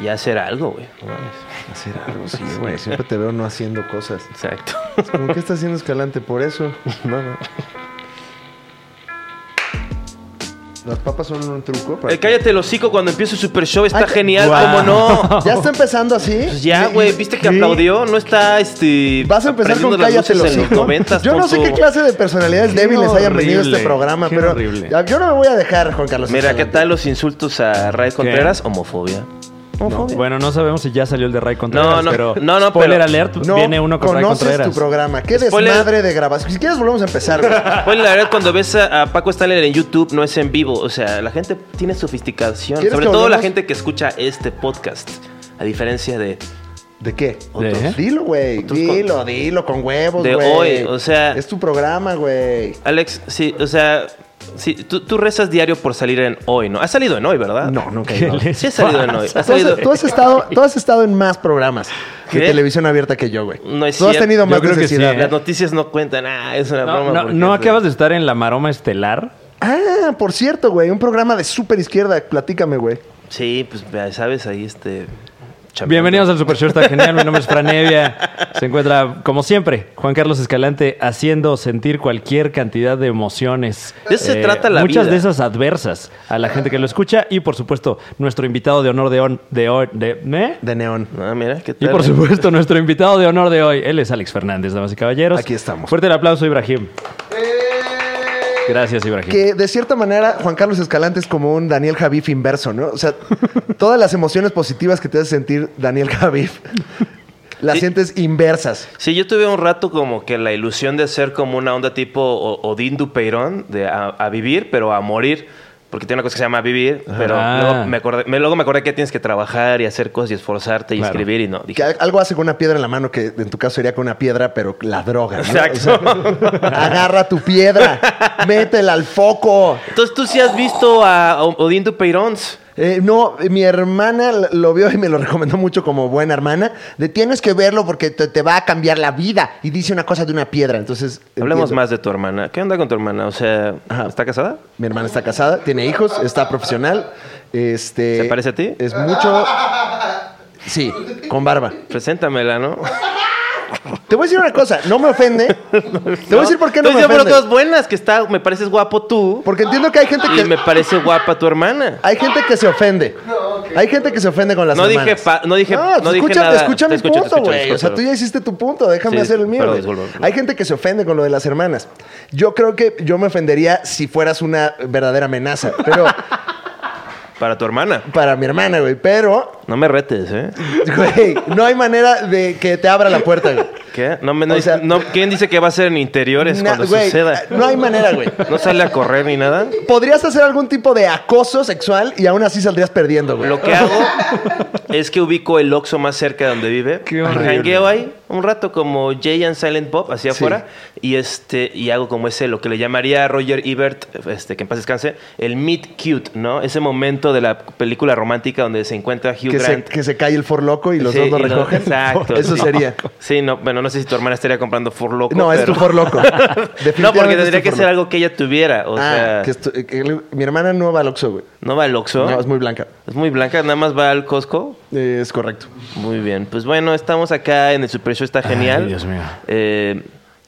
y hacer algo, güey. No mames. Hacer algo, sí, güey. Siempre te veo no haciendo cosas. Exacto. Es como, ¿qué está haciendo Escalante? Por eso. No, no. Las papas son un truco. para Eh, cállate el hocico cuando empieza el Super Show, está Ay, genial, guau. ¿cómo no? ¿Ya está empezando así? Pues ya, güey, ¿viste que Sí. aplaudió? No está, este... Vas a empezar aprendiendo con las cállate luces los en los noventas, Yo no sé tonto. qué clase de personalidades Qué débiles hayan venido a este horrible, programa, qué pero horrible. ya- yo no me voy a dejar, Juan Carlos. Mira, ¿qué Escalante. tal los insultos a Ray Contreras? Homofobia. No, Homofobia. bueno, no sabemos si ya salió el de Ray Contreras, No, no, pero no, no, spoiler pero- alert, No viene uno con Ray conoces Contreras. tu programa. Qué Spoiler. desmadre de grabación. Si quieres volvemos a empezar. güey. Pues la verdad, cuando ves a, a Paco Stanley en YouTube, no es en vivo. O sea, la gente tiene sofisticación. ¿Quieres Sobre que todo la volvamos? gente que escucha este podcast. A diferencia de, ¿De qué? otros. ¿Eh? Dilo, güey. Otros Dilo, dilo con huevos, de güey. hoy. O sea, es tu programa, güey. Alex, sí, o sea, sí, tú, tú rezas diario por salir en hoy, ¿no? Has salido en hoy, ¿verdad? No, nunca. he ¿Qué ido. les Sí has salido en hoy. pasa? Has Tú salido- has, tú has estado, tú has estado en más programas de ¿Qué? televisión abierta que yo, güey. No es Tú has cierto. tenido Yo más creo que sí, necesidad. ¿eh? Las noticias no cuentan. Ah, es una broma. No, no, porque- ¿no acabas de estar en la maroma estelar? Ah, por cierto, güey. Un programa de super izquierda. Platícame, güey. Sí, pues ya sabes, ahí este... chambeando. Bienvenidos al Super Show, está genial. Mi nombre es Franevia. Se encuentra, como siempre, Juan Carlos Escalante haciendo sentir cualquier cantidad de emociones. Eh, De eso se trata la Muchas vida. de esas adversas a la gente que lo escucha y, por supuesto, nuestro invitado de honor de hoy. De hoy- de- ¿eh? De neón. Ah, mira, ¿qué Y tal? por supuesto, nuestro invitado de honor de hoy, él es Alex Fernández, damas y caballeros. Aquí estamos. Fuerte el aplauso, Ibrahim. Gracias, Ibrahim. Que de cierta manera Juan Carlos Escalante es como un Daniel Javif inverso, ¿no? O sea, todas las emociones positivas que te hace sentir Daniel Javif las Sí. sientes inversas. Sí, yo tuve un rato como que la ilusión de ser como una onda tipo O- Odín Dupeirón, de a, a vivir, pero a morir. Porque tiene una cosa que se llama vivir, pero Ah. luego me, acordé, me- luego me acordé que tienes que trabajar y hacer cosas y esforzarte y Claro. escribir y no. Que Dije, a- algo hace con una piedra en la mano, que en tu caso sería con una piedra, pero la droga. ¿no? Exacto. O sea, agarra tu piedra, métela al foco. Entonces tú sí has visto a a Odín Dupeirón. Eh, no, mi hermana l- lo vio y me lo recomendó mucho como buena hermana. De tienes que verlo porque te, te va a cambiar la vida. Y dice una cosa de una piedra. Entonces. Hablemos entiendo. más de tu hermana. ¿Qué onda con tu hermana? O sea, Ajá. ¿está casada? Mi hermana está casada, tiene hijos, está profesional. Este, ¿Se parece a ti? Es mucho. Sí, con barba. Preséntamela, ¿no? Te voy a decir una cosa, no me ofende. Te voy a decir por qué no Estoy me diciendo ofende. cosas buenas, que está, me pareces guapo tú Porque entiendo que hay gente y que. me parece guapa tu hermana. Hay gente que se ofende. Hay gente que se ofende con las No dije hermanas. Ah, pa- no dije- no escucha, dije nada. Escucha Te mi escucho, te punto, escucho, güey. O sea, disculpa. tú ya hiciste tu punto. Déjame Sí, hacer el mío. perdón, güey. disculpa, disculpa. Hay gente que se ofende con lo de las hermanas. Yo creo que yo me ofendería si fueras una verdadera amenaza. Pero Para tu hermana. para mi hermana, güey. Pero, No me retes, ¿eh? güey, no hay manera de que te abra la puerta, güey. ¿Qué? No me, no O sea- dice- no- ¿Quién dice que va a ser en interiores Na- cuando güey, suceda? No hay manera, güey. ¿No sale a correr ni nada? Podrías hacer algún tipo de acoso sexual y aún así saldrías perdiendo, güey. Lo que hago es que ubico el Oxxo más cerca de donde vive. Qué horrible. Hangueo ahí un rato como Jay and Silent Bob hacia Sí. afuera y este y hago como ese lo que le llamaría Roger Ebert, este que en paz descanse, el meet cute, ¿no? Ese momento de la película romántica donde se encuentra Hugh que, se, Grant. que se cae el forloco y los Sí, dos lo y lo- recogen. exacto, Eso sí. sería. Sí, no, bueno, no sé si tu hermana estaría comprando Fur Loco. No, es pero- tu forloco. Definitivamente No, porque es tu tendría que Ford ser Loco. algo que ella tuviera. O Ah, sea, que estu- eh, que le- mi hermana no va al Oxxo, güey. no va al Oxxo. No, es muy blanca. Es muy blanca, nada más va al Costco. Eh, es correcto. Muy bien, pues bueno, estamos acá en el Super Show, está genial. Dios mío. Eh,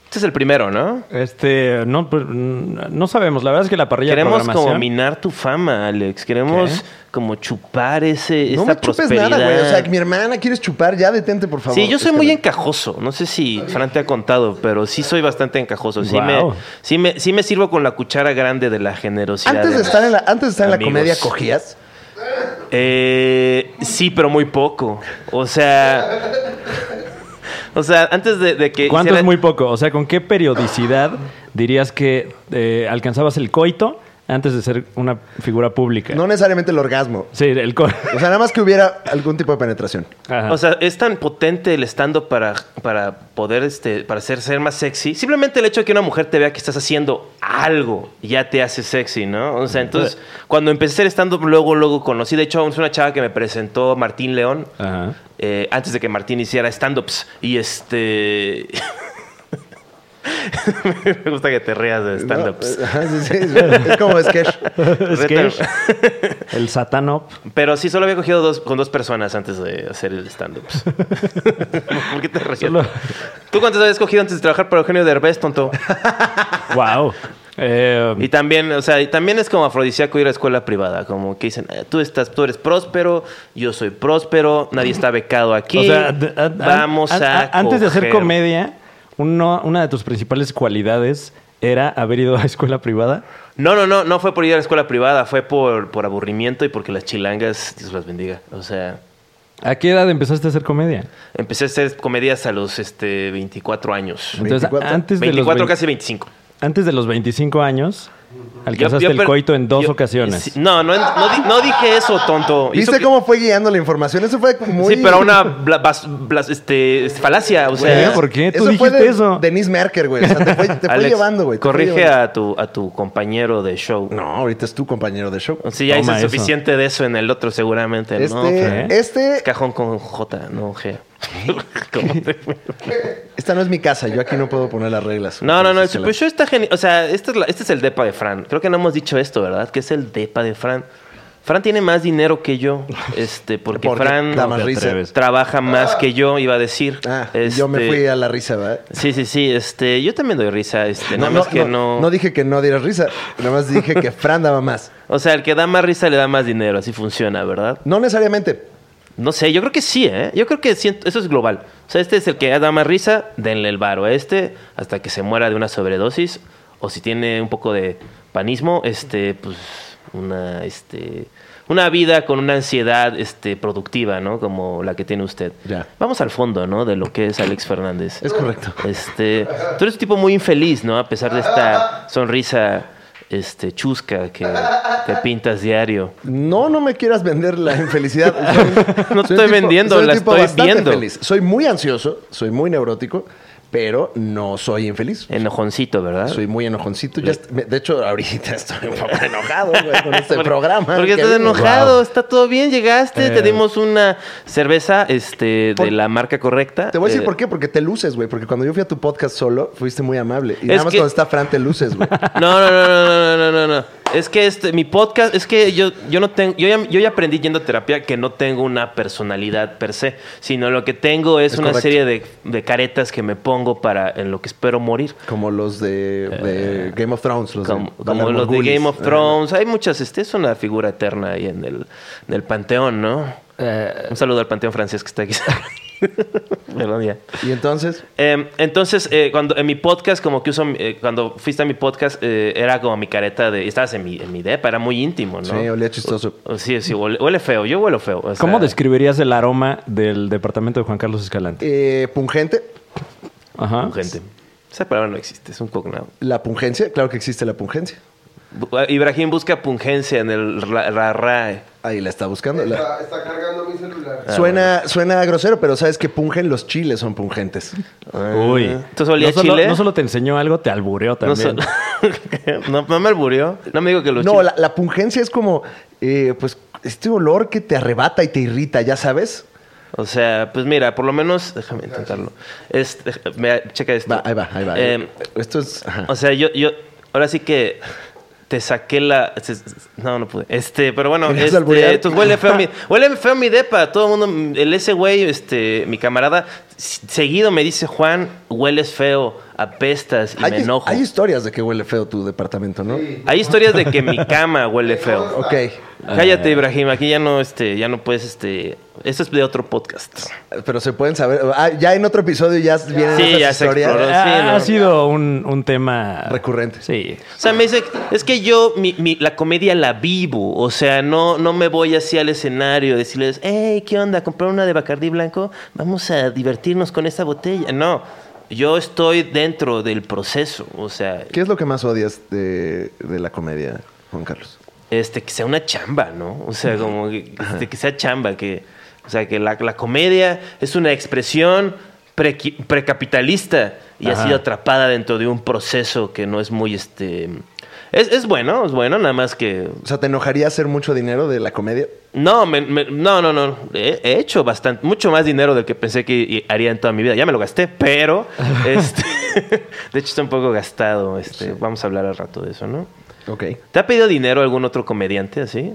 este es el primero, ¿no? Este, no, pues, mm, no sabemos. La verdad es que la parrilla de Queremos programación... como minar tu fama, Alex. Queremos ¿Qué? como chupar ese, No esta me chupes prosperidad. nada, güey. O sea, que mi hermana, ¿quieres chupar? Ya detente, por favor. Sí, yo soy Este, muy encajoso. No sé si Fran te ha contado, pero sí soy bastante encajoso. Sí, Guau. me, sí, me, sí me sirvo con la cuchara grande de la generosidad. Antes de estar en la, antes de estar en la Amigos. comedia, ¿cogías? Eh, sí, pero muy poco. O sea... O sea, antes de, de que... ¿Cuánto hiciera- es muy poco? O sea, ¿con qué periodicidad dirías que eh, alcanzabas el coito antes de ser una figura pública? No necesariamente el orgasmo. Sí, el coito. O sea, nada más que hubiera algún tipo de penetración. O sea, es tan potente el estando para, para poder, este, para ser, ser más sexy. Simplemente el hecho de que una mujer te vea que estás haciendo algo ya te hace sexy, ¿no? O sea, entonces, cuando empecé el stand-up, luego, luego conocí. De hecho, es una chava que me presentó Martín León, Ajá. eh, antes de que Martín hiciera stand-ups. Y este. Me gusta que te rías de Ah, stand-ups. No, ajá, sí, sí, es, es como sketch. Reta- Sketch. El satanop. Pero sí, solo había cogido dos, con dos personas antes de hacer el stand-up. ¿Por qué te ríes? Solo- ¿Tú cuántas habías cogido antes de trabajar para Eugenio Derbez, tonto? Wow. Eh, Y también, o sea, y también es como afrodisíaco ir a escuela privada. Como que dicen, eh, tú, estás, tú eres próspero, yo soy próspero, nadie está becado aquí. o sea, d- a- an- Vamos an- a. an- antes de hacer coger". comedia, uno- una de tus principales cualidades era haber ido a escuela privada. No, no, no, no fue por ir a la escuela privada, fue por, por aburrimiento y porque las chilangas, Dios las bendiga. O sea, ¿A qué edad empezaste a hacer comedia? empecé a hacer comedias a los este, 24 años. Entonces, 24. antes de 24, los vein- casi 25. antes de los 25 años, alcanzaste Yo- yo el per- coito en dos yo- ocasiones. sí, no, no, no di- no dije eso, tonto. Hizo ¿Viste que- cómo fue guiando la información? Eso fue muy... Sí, pero una bla- bas- blas- este, este, falacia, o sea... Güey, ¿por qué? Tú fue dijiste de eso. Denise Merker, güey. O sea, te fue, te fue Alex, llevando, güey. te fue Corrige llevando. a tu, a tu compañero de show. No, ahorita es tu compañero de show. Sí, ya Toma hice eso. suficiente de eso en el otro seguramente. Este, No, Fer. este- Es cajón con J, no G. ¿Cómo te- Esta no es mi casa. Yo aquí no puedo poner las reglas. No, no, no. El Entonces, Super Show está genial. O sea, este es, la- este es el depa de Fran. Creo que no hemos dicho esto, ¿verdad? Que es el depa de Fran. Fran tiene más dinero que yo, este, porque, Porque Fran da más te risa. atreves. trabaja más que yo, iba a decir. Ah, yo me Este, fui a la risa, ¿verdad? Sí, sí, sí. Este, yo también doy risa. Este, nada más que no. no dije que no dieras risa. Nada más dije que Fran daba más. O sea, el que da más risa le da más dinero. Así funciona, ¿verdad? No necesariamente. No sé, yo creo que sí, ¿eh? Yo creo que siento- eso es global. O sea, este es el que da más risa, denle el varo a este hasta que se muera de una sobredosis. O si tiene un poco de panismo, este, pues, una, este, una vida con una ansiedad este, productiva, ¿no? Como la que tiene usted. Ya. Vamos al fondo, ¿no? De lo que es Alex Fernández. Es correcto. Este, tú eres un tipo muy infeliz, ¿no? A pesar de esta sonrisa este, chusca que te pintas diario. No, no me quieras vender la infelicidad. No te estoy vendiendo, la estoy bastante viendo. Feliz. Soy muy ansioso, soy muy neurótico, pero no soy infeliz. Eh, Enojoncito, ¿verdad? Soy muy enojoncito. Ya est- me- de hecho, ahorita estoy un poco enojado güey, con este programa. Porque que estás vimos. enojado, Wow. Eh. está todo bien, llegaste, te dimos una cerveza este, de Por- la marca correcta. Te voy a decir Eh, por qué, porque te luces, güey. Porque cuando yo fui a tu podcast solo, fuiste muy amable. Y Es nada más que- cuando está Fran, te luces, güey. No, no, no, no, no, no, no, no. Es que este, mi podcast, es que yo, yo no tengo, yo ya, yo ya aprendí yendo a terapia que no tengo una personalidad per se, sino lo que tengo es, Es una correcto. serie de, de caretas que me pongo para en lo que espero morir. Como los de, de Game of Thrones. Pues Los Eh, eh. Como, de como Valar los de Morghulis. Game of Thrones. Hay muchas, este es una figura eterna ahí en el, en el panteón, ¿no? Eh. Un saludo al panteón francés que está aquí. Perdón, ya. Ah, Y entonces, Eh, entonces, eh, cuando en mi podcast, como que uso, eh, cuando fuiste a mi podcast, eh, era como mi careta de. Estabas en mi, en mi depa, era muy íntimo, ¿no? sí, olía chistoso. O- Sí, sí, huele, huele feo, yo huelo feo. o sea, ¿Cómo describirías el aroma del departamento de Juan Carlos Escalante? Eh, pungente. Ajá. Pungente. Esa palabra no existe, es un cognado. La pungencia, claro que existe la pungencia. Bu- Ibrahim busca pungencia en el ra- ra- eh. RAE. Ahí la está buscando. La- Está, está cargando mi Ah, celular. suena, suena grosero, pero sabes que pungen los chiles son pungentes. Uy. Entonces olía no solo, chile. no solo te enseñó algo, te albureó No, también. so- no, no me alburió. No me digo que lo No, chile- la, la pungencia es como, eh, pues, este olor que te arrebata y te irrita, ya sabes. O sea, pues mira, por lo menos, déjame intentarlo. Este, mira, checa esto. Va, ahí va, ahí va. Eh, Esto es. ajá. O sea, yo, yo, ahora sí que te saqué la. se- No, no pude. Este, pero bueno, ¿Querías este, alburear? entonces huele feo mi, huele feo mi depa. Todo el mundo, el ese güey, este, mi camarada, s- seguido me dice Juan, hueles feo, apestas y hay, me enojo. hay Hay, historias de que huele feo tu departamento, ¿no? Sí. historias de que mi cama huele feo. Ok. Ah. Cállate, Ibrahim, aquí ya no, este, ya no puedes, este. Esto es de otro podcast. Pero se pueden saber. ah, ya en otro episodio ya vienen Sí, esas ya se historias. exploró. Ha, Sí, no. ha sido un, un tema Recurrente. Sí. O sea, me dice, es que yo mi- mi- la comedia la vivo, o sea, no, no me voy así al escenario a decirles, hey, ¿qué onda? ¿Comprar una de Bacardí Blanco? Vamos a divertirnos con esta botella. No, yo estoy dentro del proceso, o sea, ¿Qué es lo que más odias de, de la comedia, Juan Carlos? este, que sea una chamba, ¿no? O sea, como que, este, que sea chamba, que, o sea, que la, la comedia es una expresión prequi- precapitalista y Ajá. ha sido atrapada dentro de un proceso que no es muy, este, Es, es bueno, es bueno, nada más que... O sea, ¿te enojaría hacer mucho dinero de la comedia? No, me- me- no, no, no. He, he hecho bastante, mucho más dinero del que pensé que i- haría en toda mi vida. Ya me lo gasté, pero... este, de hecho, está un poco gastado. Este, Vamos a hablar al rato de eso, ¿no? Ok. ¿Te ha pedido dinero algún otro comediante así?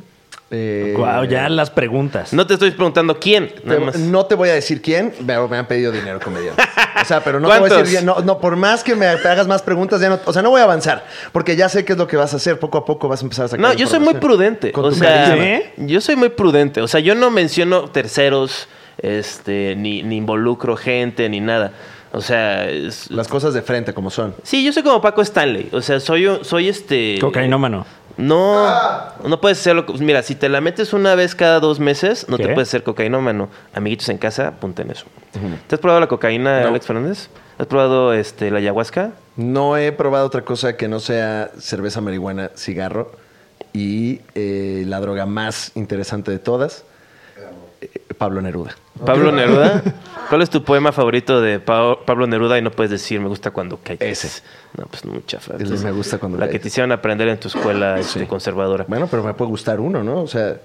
Eh, Guau, ya las preguntas. No te estoy preguntando quién, te- nada más. no te voy a decir quién, pero me han pedido dinero comediantes. O sea, pero no te voy a ¿Cuántos? decir bien. No, no, por más que me hagas más preguntas, ya no. O sea, no voy a avanzar. Porque ya sé qué es lo que vas a hacer. Poco a poco vas a empezar a sacar. No, yo soy muy información. prudente. Con O tu sea, carisma. ¿Eh? yo soy muy prudente. O sea, yo no menciono terceros, este, ni, ni involucro gente, ni nada. O sea, es- Las cosas de frente, como son. sí, yo soy como Paco Stanley. O sea, soy, un- soy este. Cocainómano. No, no puedes ser loco. Mira, si te la metes una vez cada dos meses, no ¿Qué? te puedes ser cocainómano. Amiguitos en casa, apunten eso. ¿Te has probado la cocaína, Alex Fernández? ¿Has probado este, la ayahuasca? No he probado otra cosa que no sea cerveza, marihuana, cigarro y eh, la droga más interesante de todas, eh, Pablo Neruda. Pablo Neruda. ¿Cuál es tu poema favorito de Pa- Pablo Neruda y no puedes decir me gusta cuando calles? Ese. No, pues no, chafa. de Entonces, Me gusta cuando La que calles. te hicieron aprender en tu escuela este, conservadora. Bueno, pero me puede gustar uno, ¿no? O sea,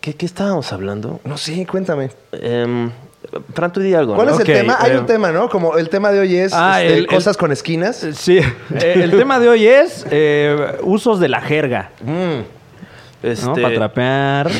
¿Qué, qué estábamos hablando? no sé, cuéntame. Em, Fran, tú di algo. ¿Cuál ¿no? es Ok, el tema? Hay eh, un tema, ¿no? Como el tema de hoy es Ah, este, el- el- cosas con esquinas. Sí, eh, el tema de hoy es eh, usos de la jerga, ¿no? Este, Para trapear,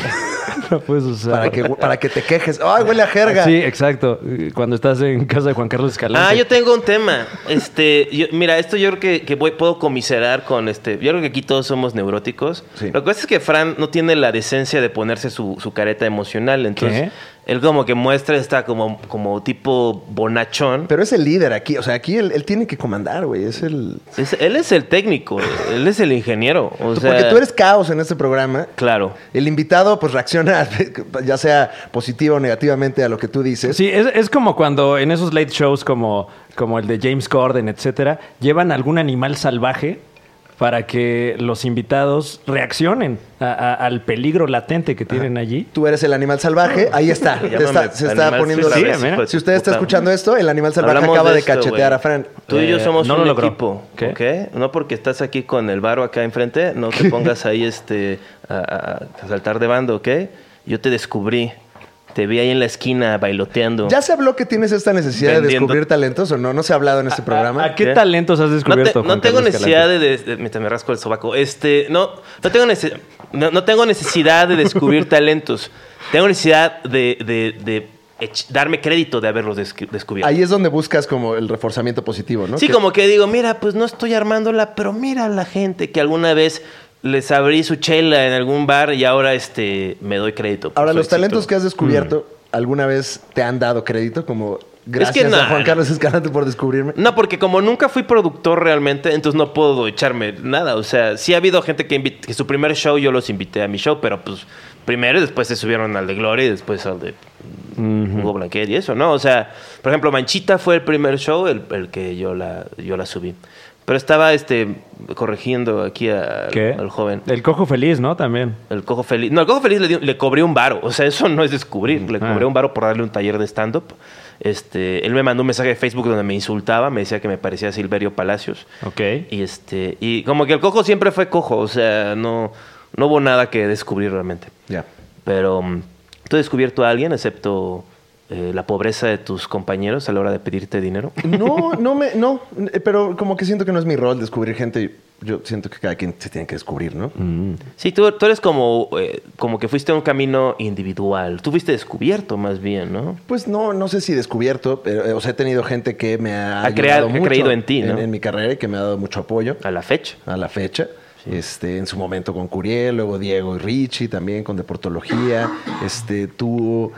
la puedes usar. Para que, para que te quejes. ¡Ay, huele a jerga! Sí, exacto. Cuando estás en casa de Juan Carlos Escalante. Ah, yo tengo un tema. Este, yo- mira, esto yo creo que, que voy, puedo comiserar con este. Yo creo que aquí todos somos neuróticos. Sí. Lo que pasa es que Fran no tiene la decencia de ponerse su, su careta emocional. Entonces, él como que muestra esta como, como tipo bonachón. Pero es el líder aquí. O sea, aquí él, él tiene que comandar, güey. Es el... Es- él es el técnico, él es el ingeniero. O sea, Porque tú eres caos en este programa. Claro. El invitado pues reacciona ya sea positiva o negativamente a lo que tú dices. Sí, es, es como cuando en esos late shows como, como el de James Corden, etcétera, llevan algún animal salvaje para que los invitados reaccionen a- a- al peligro latente Ah. que tienen allí. Tú eres el animal salvaje, ahí está, te Llámame está- se está animal poniendo la Sí, salvaje, vez. sí, mira. hijo de Si tu usted está puta escuchando madre. esto, el animal salvaje Hablamos acaba de, esto, cachetear güey. a Fran. Tú y yo Eh, somos no lo un logró. equipo. ¿Qué? ¿ok? No porque estás aquí con el varo acá enfrente, no te pongas ahí este a, a- a saltar de bando, ¿ok? Yo te descubrí. Te vi ahí en la esquina bailoteando. ¿Ya se habló que tienes esta necesidad de Vendiendo. descubrir talentos o no? No se ha hablado en este programa. ¿A, a qué ¿Qué? talentos No, has te- descubierto? no Juan tengo Carlos necesidad Escalante? de, de- Mientras me rasco el sobaco. Este, no, no tengo, nece- no, no tengo necesidad de descubrir talentos. Tengo necesidad de, de- de ech- darme crédito de haberlos descu- descubierto. Ahí es donde buscas como el reforzamiento positivo, ¿no? Sí, Que- como que digo, mira, pues no estoy armándola, pero mira a la gente que alguna vez les abrí su chela en algún bar y ahora este me doy crédito. por Ahora, su los éxito. talentos que has descubierto, ¿alguna vez te han dado crédito? Como gracias que a no, Juan no. Carlos Escalante por descubrirme. No, porque como nunca fui productor realmente, entonces no puedo echarme nada. O sea, sí ha habido gente que, invi- que su primer show yo los invité a mi show, pero pues primero y después se subieron al de Gloria y después al de Hugo Blanquet y eso, ¿no? O sea, por ejemplo, Manchita fue el primer show, el, el que yo la, yo la subí. Pero estaba este corrigiendo aquí a- ¿Qué? al joven. El cojo feliz, ¿no? También. El cojo feliz. No, el cojo feliz le, dio- le cobré un varo. O sea, eso no es descubrir. Le Ah. cobré un varo por darle un taller de stand-up. Este, él me mandó un mensaje de Facebook donde me insultaba, me decía que me parecía Silverio Palacios. Ok. Y este, y como que el cojo siempre fue cojo, o sea, no, no hubo nada que descubrir realmente. Ya. Pero mm, tú has descubierto a alguien, excepto eh, la pobreza de tus compañeros a la hora de pedirte dinero. No, no me, no, eh, pero como que siento que no es mi rol descubrir gente. Yo siento que cada quien se tiene que descubrir, ¿no? Sí, tú, tú eres como, eh, como que fuiste a un camino individual. Tú fuiste descubierto más bien, ¿no? Pues no, no sé si descubierto, pero eh, o sea, he tenido gente que me ha, Ha ayudado creado- ha mucho creído en ti, ¿no? En, mi carrera y que me ha dado mucho apoyo A la fecha. a la fecha. Este, en su momento con Curiel, luego Diego y Richie también con Deportología. Este, tú,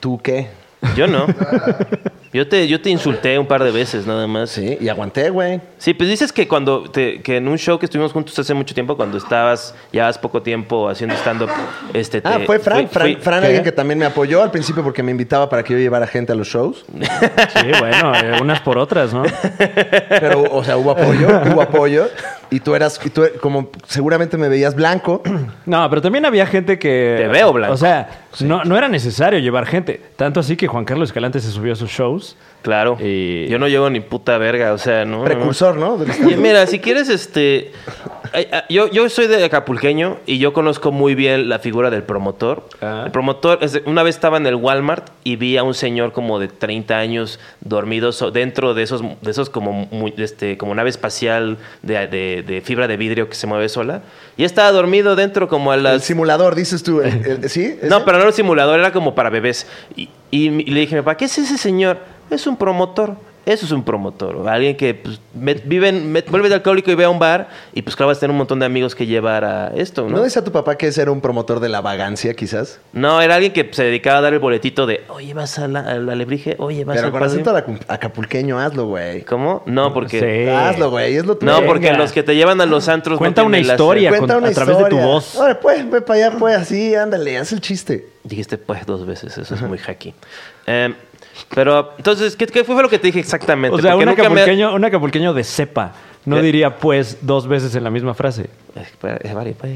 ¿tú qué? Yo no. Yo te, yo te insulté un par de veces nada más. Sí. Sí, y aguanté, güey. pues dices que cuando te- que en un show que estuvimos juntos hace mucho tiempo, cuando estabas, llevas poco tiempo haciendo stand-up, este Ah, te- fue Fran. fui- Fran, fui- Fran ¿Qué? alguien que también me apoyó al principio porque me invitaba para que yo llevara gente a los shows. Sí, bueno, eh, unas por otras, ¿no? Pero, o sea, hubo apoyo, hubo apoyo. Y tú eras, y tú, er- como seguramente me veías blanco. No, pero también había gente que. Te veo blanco. O sea, no, no era necesario llevar gente. Tanto así que Juan Carlos Escalante se subió a sus shows. Claro. Y- Yo no llevo ni puta verga, o sea, no. no, no. Precursor, ¿no? Del Y mira, si quieres, este. eh, eh, yo, yo soy de Acapulqueño y yo conozco muy bien la figura del promotor. Ah. El promotor, es de- una vez estaba en el Walmart y vi a un señor como de 30 años dormido so- dentro de esos, de esos como, mu- este, como nave espacial de, de- de fibra de vidrio que se mueve sola. Y estaba dormido dentro como a El las... simulador, dices tú. el- el- ¿Sí? ¿Ese? No, pero no era un simulador, era como para bebés. Y, y mi- y le dije, ¿para qué es ese señor? Es un promotor. Eso es un promotor. Alguien que pues, met- vive, en- met- vuelve de alcohólico y ve a un bar y pues claro, vas a tener un montón de amigos que llevar a esto, ¿no? ¿No decía tu papá que ese era un promotor de la vagancia, quizás? No, era alguien que se dedicaba a dar el boletito de, oye, vas a la- al alebrije, oye, vas Pero al con patio". acento acu- acapulqueño, hazlo, güey. ¿Cómo? No, porque... Sí. Hazlo, güey. Es lo tuyo. No, porque Venga. los que te llevan a los antros... no Cuenta una tienen láser. historia. con- a través de tu voz. Ahora, pues, ve para allá, pues, así, ándale, haz el chiste. Dijiste pues dos veces, eso es muy hacky. Em, pero, entonces, ¿qué, qué fue lo que te dije exactamente? O sea, Porque un nunca me- acapulqueño, un acapulqueño de cepa. No ¿Qué? diría pues dos veces en la misma frase. Espera, eh, Vale, pues.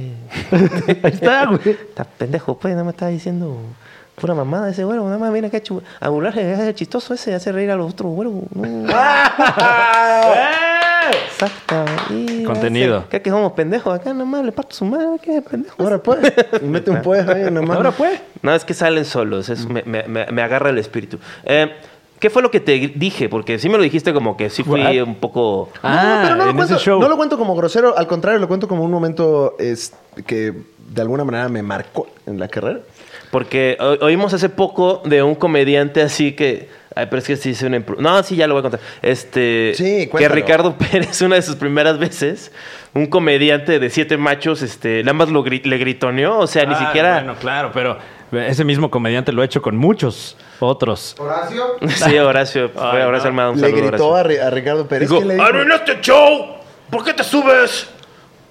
Ahí está, güey. Está pendejo, pues. Nada más está diciendo pura mamada ese güero. Nada más mira que chu- a burlarse. Es el chistoso ese. Hace reír a los otros güeros. No. Exacto. Y Contenido. hace- ¿Qué que somos pendejos acá? Nada más le parto su madre. ¿Qué es pendejo? Ahora, pues. y Mete un pues ahí, nomás. Ahora pues. No, es que salen solos. es- me, me- me- me agarra el espíritu. Eh, ¿Qué fue lo que te dije? Porque sí me lo dijiste como que sí fui What? un poco... No, no, pero no lo, Ah, en ese cuento, show. no lo cuento como grosero, al contrario, lo cuento como un momento es, que de alguna manera me marcó en la carrera. Porque o- oímos hace poco de un comediante así que. Ay, pero es que sí hice una. impro- No, sí, ya lo voy a contar. Este. Sí, Que cuéntalo. Ricardo Pérez, una de sus primeras veces, un comediante de siete machos, este, nada más lo gri- le gritoneó. O sea, ni Ah, siquiera. Bueno, claro, pero ese mismo comediante lo ha hecho con muchos otros. Horacio, Sí, Horacio. Ay, fue Horacio no. Almada, Ah, un le saludo, "Ah, gritó Horacio. a, Ri- a Ricardo Pérez. Digo, ¿qué le dijo? "Arruinaste el este show! ¿Por qué te subes?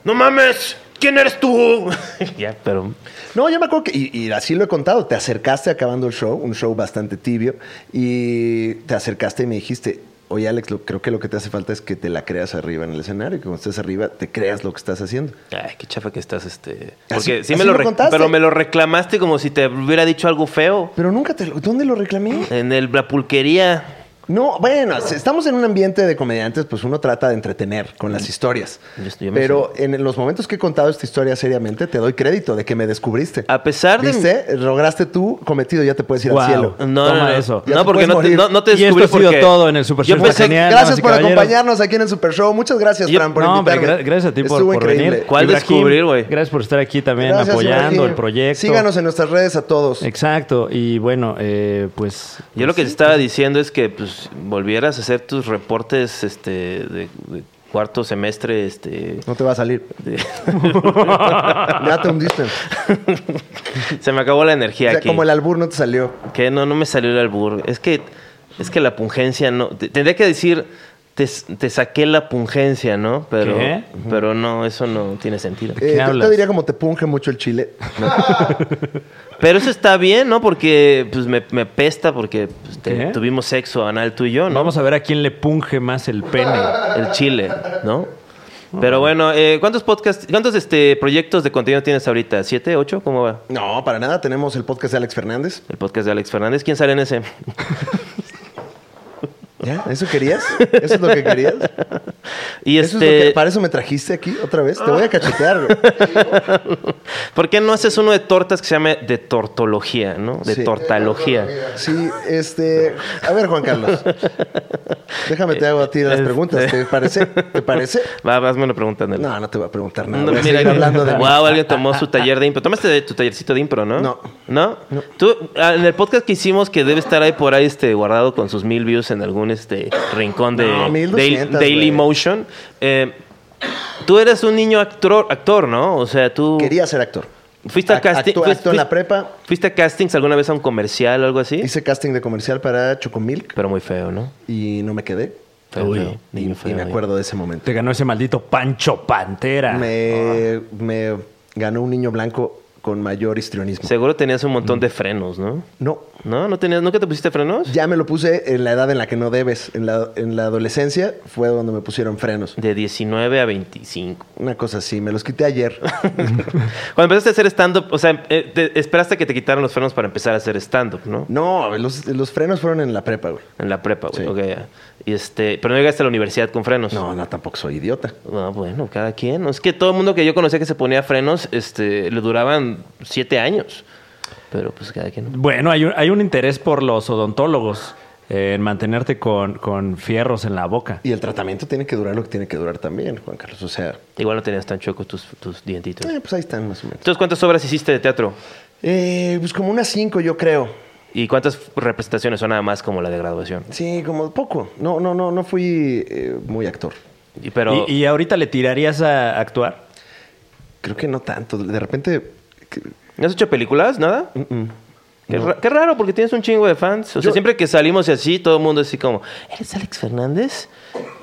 ¡No mames! ¿Quién eres tú? ya, pero. No, yo me acuerdo que, y, y así lo he contado, te acercaste acabando el show, un show bastante tibio, y te acercaste y me dijiste, oye Alex, lo- creo que lo que te hace falta es que te la creas arriba en el escenario, y cuando estés arriba te creas lo que estás haciendo. Ay, qué chafa que estás, este. Así- Porque sí así me lo, lo re- contaste. Pero me lo reclamaste como si te hubiera dicho algo feo. Pero nunca te lo, ¿dónde lo reclamé? En el, la pulquería. No, bueno, si estamos en un ambiente de comediantes, pues uno trata de entretener con las historias. Yo estoy- yo me Pero en los momentos que he contado esta historia seriamente, te doy crédito de que me descubriste. A pesar de- ¿Viste? Lograste tu cometido, ya te puedes ir Guau. al cielo. No, no, Toma no. eso. Ya No, te porque puedes no te, morir. no, no te Y esto descubrí ha sido porque- todo en el Super Yo Show. pensé- Pues, Genial, damas eh, Gracias y por caballeros. acompañarnos aquí en el Super Show. Muchas gracias, Yo- Fran, por no, hombre, invitarme. gra- gracias a ti por, Estuvo por increíble. venir. ¿Cuál Ibrahim, descubrir, güey? Gracias por estar aquí también Gracias, apoyando Ibrahim. el proyecto. Síganos en nuestras redes a todos. Exacto. Y bueno, eh, pues. Yo lo que te estaba diciendo es que pues, volvieras a hacer tus reportes este, de, de cuarto semestre. Este, No te va a salir. de- Ah, Ya te hundiste. se me acabó la energía O sea, aquí. como el albur no te salió. Que no, no me salió el albur. Es que, es que la pungencia no. te- tendría que decir, te, te saqué la pungencia, ¿no? Pero, ¿Qué? pero no, eso no tiene sentido. Eh, yo hablas? te diría como te punge mucho el chile. Pero eso está bien, ¿no? Porque pues, me, me pesta porque pues, te- ¿Qué? tuvimos sexo anal tú y yo, ¿no? Vamos a ver a quién le punge más el pene. el Chile, ¿no? Pero bueno, eh, ¿cuántos podcasts, cuántos este, proyectos de contenido tienes ahorita? ¿Siete, ocho? ¿Cómo va? No, para nada. Tenemos el podcast de Alex Fernández. El podcast de Alex Fernández. ¿Quién sale en ese? ¿Ya? ¿Eso querías? ¿Eso es lo que querías? Y ¿Eso es lo este, que- ¿Para eso me trajiste aquí otra vez? Te voy a cachetear. güey. ¿por qué no haces uno de tortas que se llame de tortología, ¿no? De Sí. tortalogía. Sí, este... A ver, Juan Carlos. Déjame te hago a ti las Este- preguntas. ¿Te parece? ¿Te parece? Va, vas, me lo preguntan. No, no te voy a preguntar nada. No, voy a mira, seguir hablando de... mí. wow, alguien tomó su taller de impro. Tomaste de tu tallercito de impro, ¿no? No. ¿No? Tú, ah, en el podcast que hicimos, que debe estar ahí por ahí este, guardado con sus mil views en algún este, rincón de No, 1200, Daily güey. Motion. eh, tú eres un niño actor, actor, ¿no? O sea, tú. Quería ser actor. Fuiste a Ac- casting. actú- fuiste- actó en la fuiste- prepa. ¿Fuiste a castings alguna vez a un comercial o algo así? Hice casting de comercial para Chocomilk Pero muy feo, ¿no? y no me quedé. Feo, Uy, feo. Y, Niño y feo, me güey. acuerdo de ese momento. Ah. Te ganó ese maldito Pancho Pantera. Me, me ganó un niño blanco con mayor histrionismo. Seguro tenías un montón de frenos, ¿no? No, ¿No? ¿No tenías, ¿Nunca te pusiste frenos? Mm. ya me lo puse en la edad en la que no debes. En la, en la adolescencia fue donde me pusieron frenos. De 19 a 25. Una cosa así, me los quité ayer. Cuando empezaste a hacer stand-up, o sea, eh, te- esperaste que te quitaran los frenos para empezar a hacer stand-up, ¿no? No, los, los frenos fueron en la prepa, güey. En la prepa, güey. Sí. Ok, ya. y este, pero no llegaste a la universidad con frenos. No, no, tampoco soy idiota. Ah, bueno, cada quien. Es que todo el mundo que yo conocía que se ponía frenos, este, le duraban siete años. Pero pues cada quien. Bueno, hay un, hay un interés por los odontólogos eh, en mantenerte con, con fierros en la boca. Y el tratamiento tiene que durar lo que tiene que durar también, Juan Carlos. O sea, Igual no tenías tan chuecos tus, tus dientitos. eh, pues ahí están más o menos. Entonces, ¿cuántas obras hiciste de teatro? Eh, pues como unas cinco, yo creo. ¿Y cuántas representaciones son nada más como la de graduación? Sí, como poco. No, no, no, no fui eh, muy actor. Y, pero, ¿Y, y ahorita le tirarías a actuar? Creo que no tanto. De repente. que- ¿no has hecho películas? ¿Nada? mm-mm. Qué, ra- qué raro, porque tienes un chingo de fans. O sea, siempre que salimos y así, todo el mundo así como, ¿eres Alex Fernández?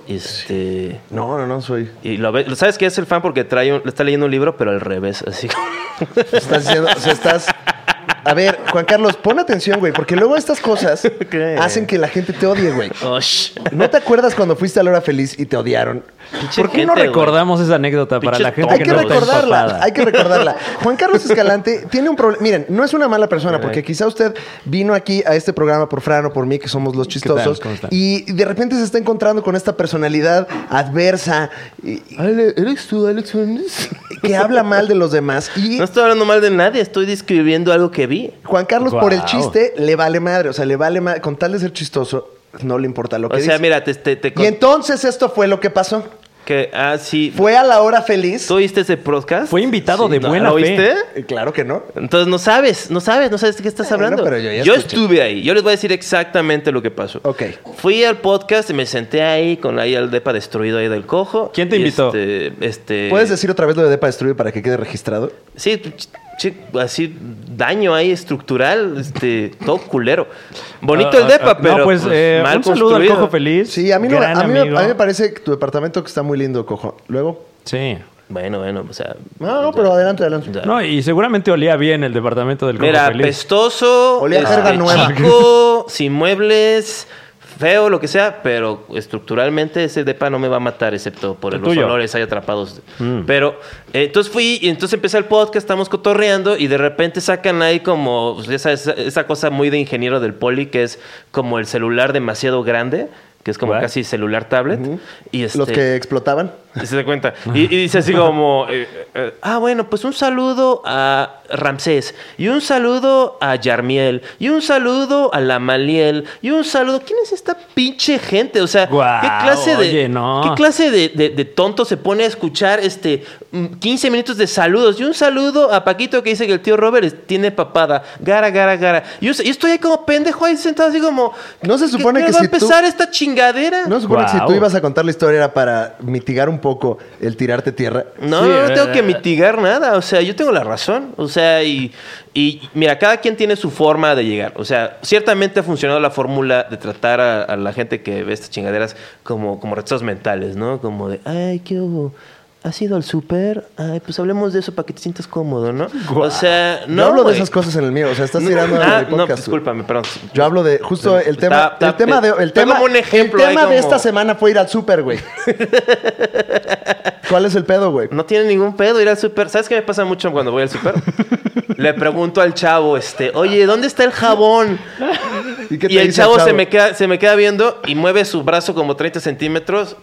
Este... No, no, no, soy. Y lo ve- ¿Sabes qué es el fan? Porque trae un- le está leyendo un libro, pero al revés, así como... Estás diciendo, o sea, estás. A ver, Juan Carlos, pon atención, güey, porque luego estas cosas ¿Qué? hacen que la gente te odie, güey. Oh, sh- ¿No te acuerdas cuando fuiste a la hora feliz y te odiaron? Pinche ¿Por qué no gente, güey. recordamos esa anécdota para Pinches la gente tontos. Hay que, que no está recordarla, empapada? hay que recordarla. Juan Carlos Escalante tiene un problema. Miren, no es una mala persona, porque quizá usted vino aquí a este programa por Fran o por mí, que somos los chistosos, ¿Cómo están? y de repente se está encontrando con esta personalidad adversa y- y- ¿Eres tú, Alex Fernández? que habla mal de los demás. Y No estoy hablando mal de nadie, estoy describiendo algo que vi. Juan Carlos, por el Guau. chiste, le vale madre. O sea, le vale madre. Con tal de ser chistoso, no le importa lo que O sea, dice. mira, te... te, te- Y entonces esto fue lo que pasó. que, ah, sí. Fue a la hora feliz. ¿Tú oíste ese podcast? Fue invitado de ¿no? buena ¿Lo oíste? fe. Eh, Claro que no. Entonces no sabes, no sabes, no sabes de qué estás Bueno, hablando. pero yo ya yo escuché. estuve ahí, yo les voy a decir exactamente lo que pasó. Ok. Fui al podcast y me senté ahí con ahí al depa destruido ahí del cojo. ¿Quién te Y invitó? Este, este- ¿Puedes decir otra vez lo de Depa Destruir para que quede registrado? Sí, ch- ch- así daño ahí estructural, este, todo culero. Bonito Ah, el depa, ah, no, pero pues, eh, un saludo al construido. Cojo Feliz. Sí, a mí, no, gran a, mí me, amigo. a mí me parece que tu departamento que está muy lindo, cojo. Luego. Sí. Bueno, bueno, o sea. No, no, pero adelante, adelante. Ya. No, y seguramente olía bien el departamento del Cojo Mira, Feliz. pestoso, este, Olía a jerga nueva. chico, sin muebles, feo, lo que sea, pero estructuralmente ese depa no me va a matar, excepto por El los tuyo. Mm. olores ahí atrapados. Pero eh, entonces fui y entonces empecé el podcast, estamos cotorreando y de repente sacan ahí como pues, ya sabes, esa, esa cosa muy de ingeniero del poli que es como el celular demasiado grande, que es como What? casi celular tablet. y este, Los que explotaban. se da cuenta. Y, y dice así como, eh, eh, ah, bueno, pues un saludo a Ramsés, y un saludo a Yarmiel, y un saludo a Lamaliel, y un saludo... ¿Quién es esta pinche gente? O sea, Guau, ¿qué clase de... oye, no. ¿Qué clase de, de- de tonto se pone a escuchar este mm, 15 minutos de saludos? Y un saludo a Paquito que dice que el tío Robert es- tiene papada. Gara, gara, gara. Y yo, yo estoy ahí como pendejo ahí sentado así como... No se ¿qué- supone qué que va a si tú- empezar esta chingadera? No se supone que si tú Guau. ibas a contar la historia era para mitigar un poco el tirarte tierra. No, Sí, no, no tengo eh, que eh. mitigar nada. O sea, yo tengo la razón. O sea, y, y mira, cada quien tiene su forma de llegar. O sea, ciertamente ha funcionado la fórmula de tratar a, a la gente que ve estas chingaderas como, como retrasos mentales, ¿no? Como de, ay, qué hubo. ¿Has ido al súper? Ay, pues hablemos de eso para que te sientas cómodo, ¿no? O sea, no. No, hablo güey. de esas cosas en el mío. O sea, estás No, tirando ah, al podcast. No, güey. discúlpame, perdón. Yo hablo de justo el tema, Está- está- el tema de el está tema, como un ejemplo el tema ahí de como- esta semana fue ir al súper, güey. ¿Cuál es el pedo, güey? No tiene ningún pedo ir al súper. ¿Sabes qué me pasa mucho cuando voy al súper? Le pregunto al chavo, este, oye, ¿dónde está el jabón? qué te Y el dice chavo, Se, me queda, se me queda viendo y mueve su brazo como 30 centímetros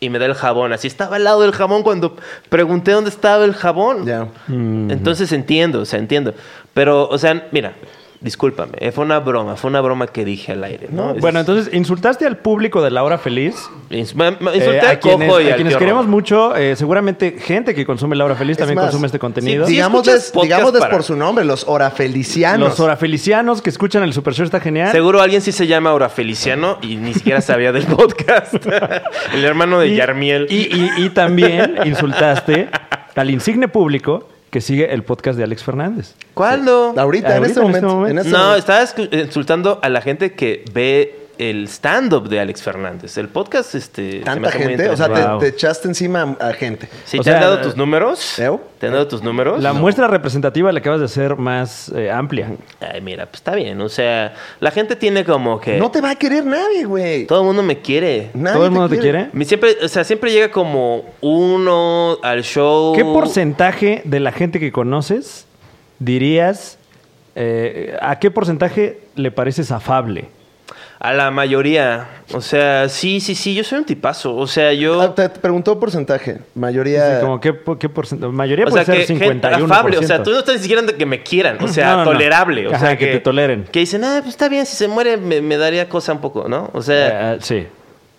y me da el jabón. Así estaba al lado del jabón cuando pregunté dónde estaba el jabón. Ya. Mm. Entonces entiendo, o sea, entiendo. Pero, o sea, mira, discúlpame, eh, fue una broma, fue una broma que dije al aire. ¿no? Es- Bueno, entonces insultaste al público de la hora feliz. ins- ma- ma- Eh, insulté a al cojo quienes, y a al quienes tío queremos Rob. mucho, eh, seguramente gente que consume La Hora Feliz Es también más, consume este contenido. sí, Digámosles, escuchas podcast digámosles para- por su nombre, los orafelicianos. Los orafelicianos que escuchan el Super Show está genial. Seguro alguien sí se llama Aura Feliciano y ni siquiera sabía del podcast. el hermano de Y- Yarmiel. Y, y- y también insultaste al insigne público que sigue el podcast de Alex Fernández. ¿Cuándo? Ahorita, en Ahorita, este momento. en este No, momento. estaba escu- insultando a la gente que ve el stand-up de Alex Fernández. El podcast, este. se me Tanta hace muy gente, o sea, te, Wow. te echaste encima a, a gente. Sí, O ¿te han sea, dado tus números? ¿Ew? ¿Te han dado tus números? La muestra representativa la acabas de hacer más eh, amplia. Ay, mira, pues está bien. O sea, la gente tiene como que. No te va a querer nadie, güey. Todo el mundo me quiere. Nadie ¿Todo el mundo te quiere? Me siempre, o sea, siempre llega como uno al show. ¿Qué porcentaje de la gente que conoces dirías, eh, a qué porcentaje le pareces afable? A la mayoría. O sea, sí, sí, sí. Yo soy un tipazo. O sea, yo. Ah, te, te preguntó porcentaje. Mayoría. Así como, ¿qué, po- qué porcentaje? mayoría o sea, puede que ser gente 51%. afable. O sea, tú no estás ni siquiera de que me quieran. O sea, No, no, no. tolerable. O Ajá, sea, que te toleren. Que dicen, ah, pues está bien, si se muere me, me daría cosa un poco, ¿no? O sea, Eh, sí.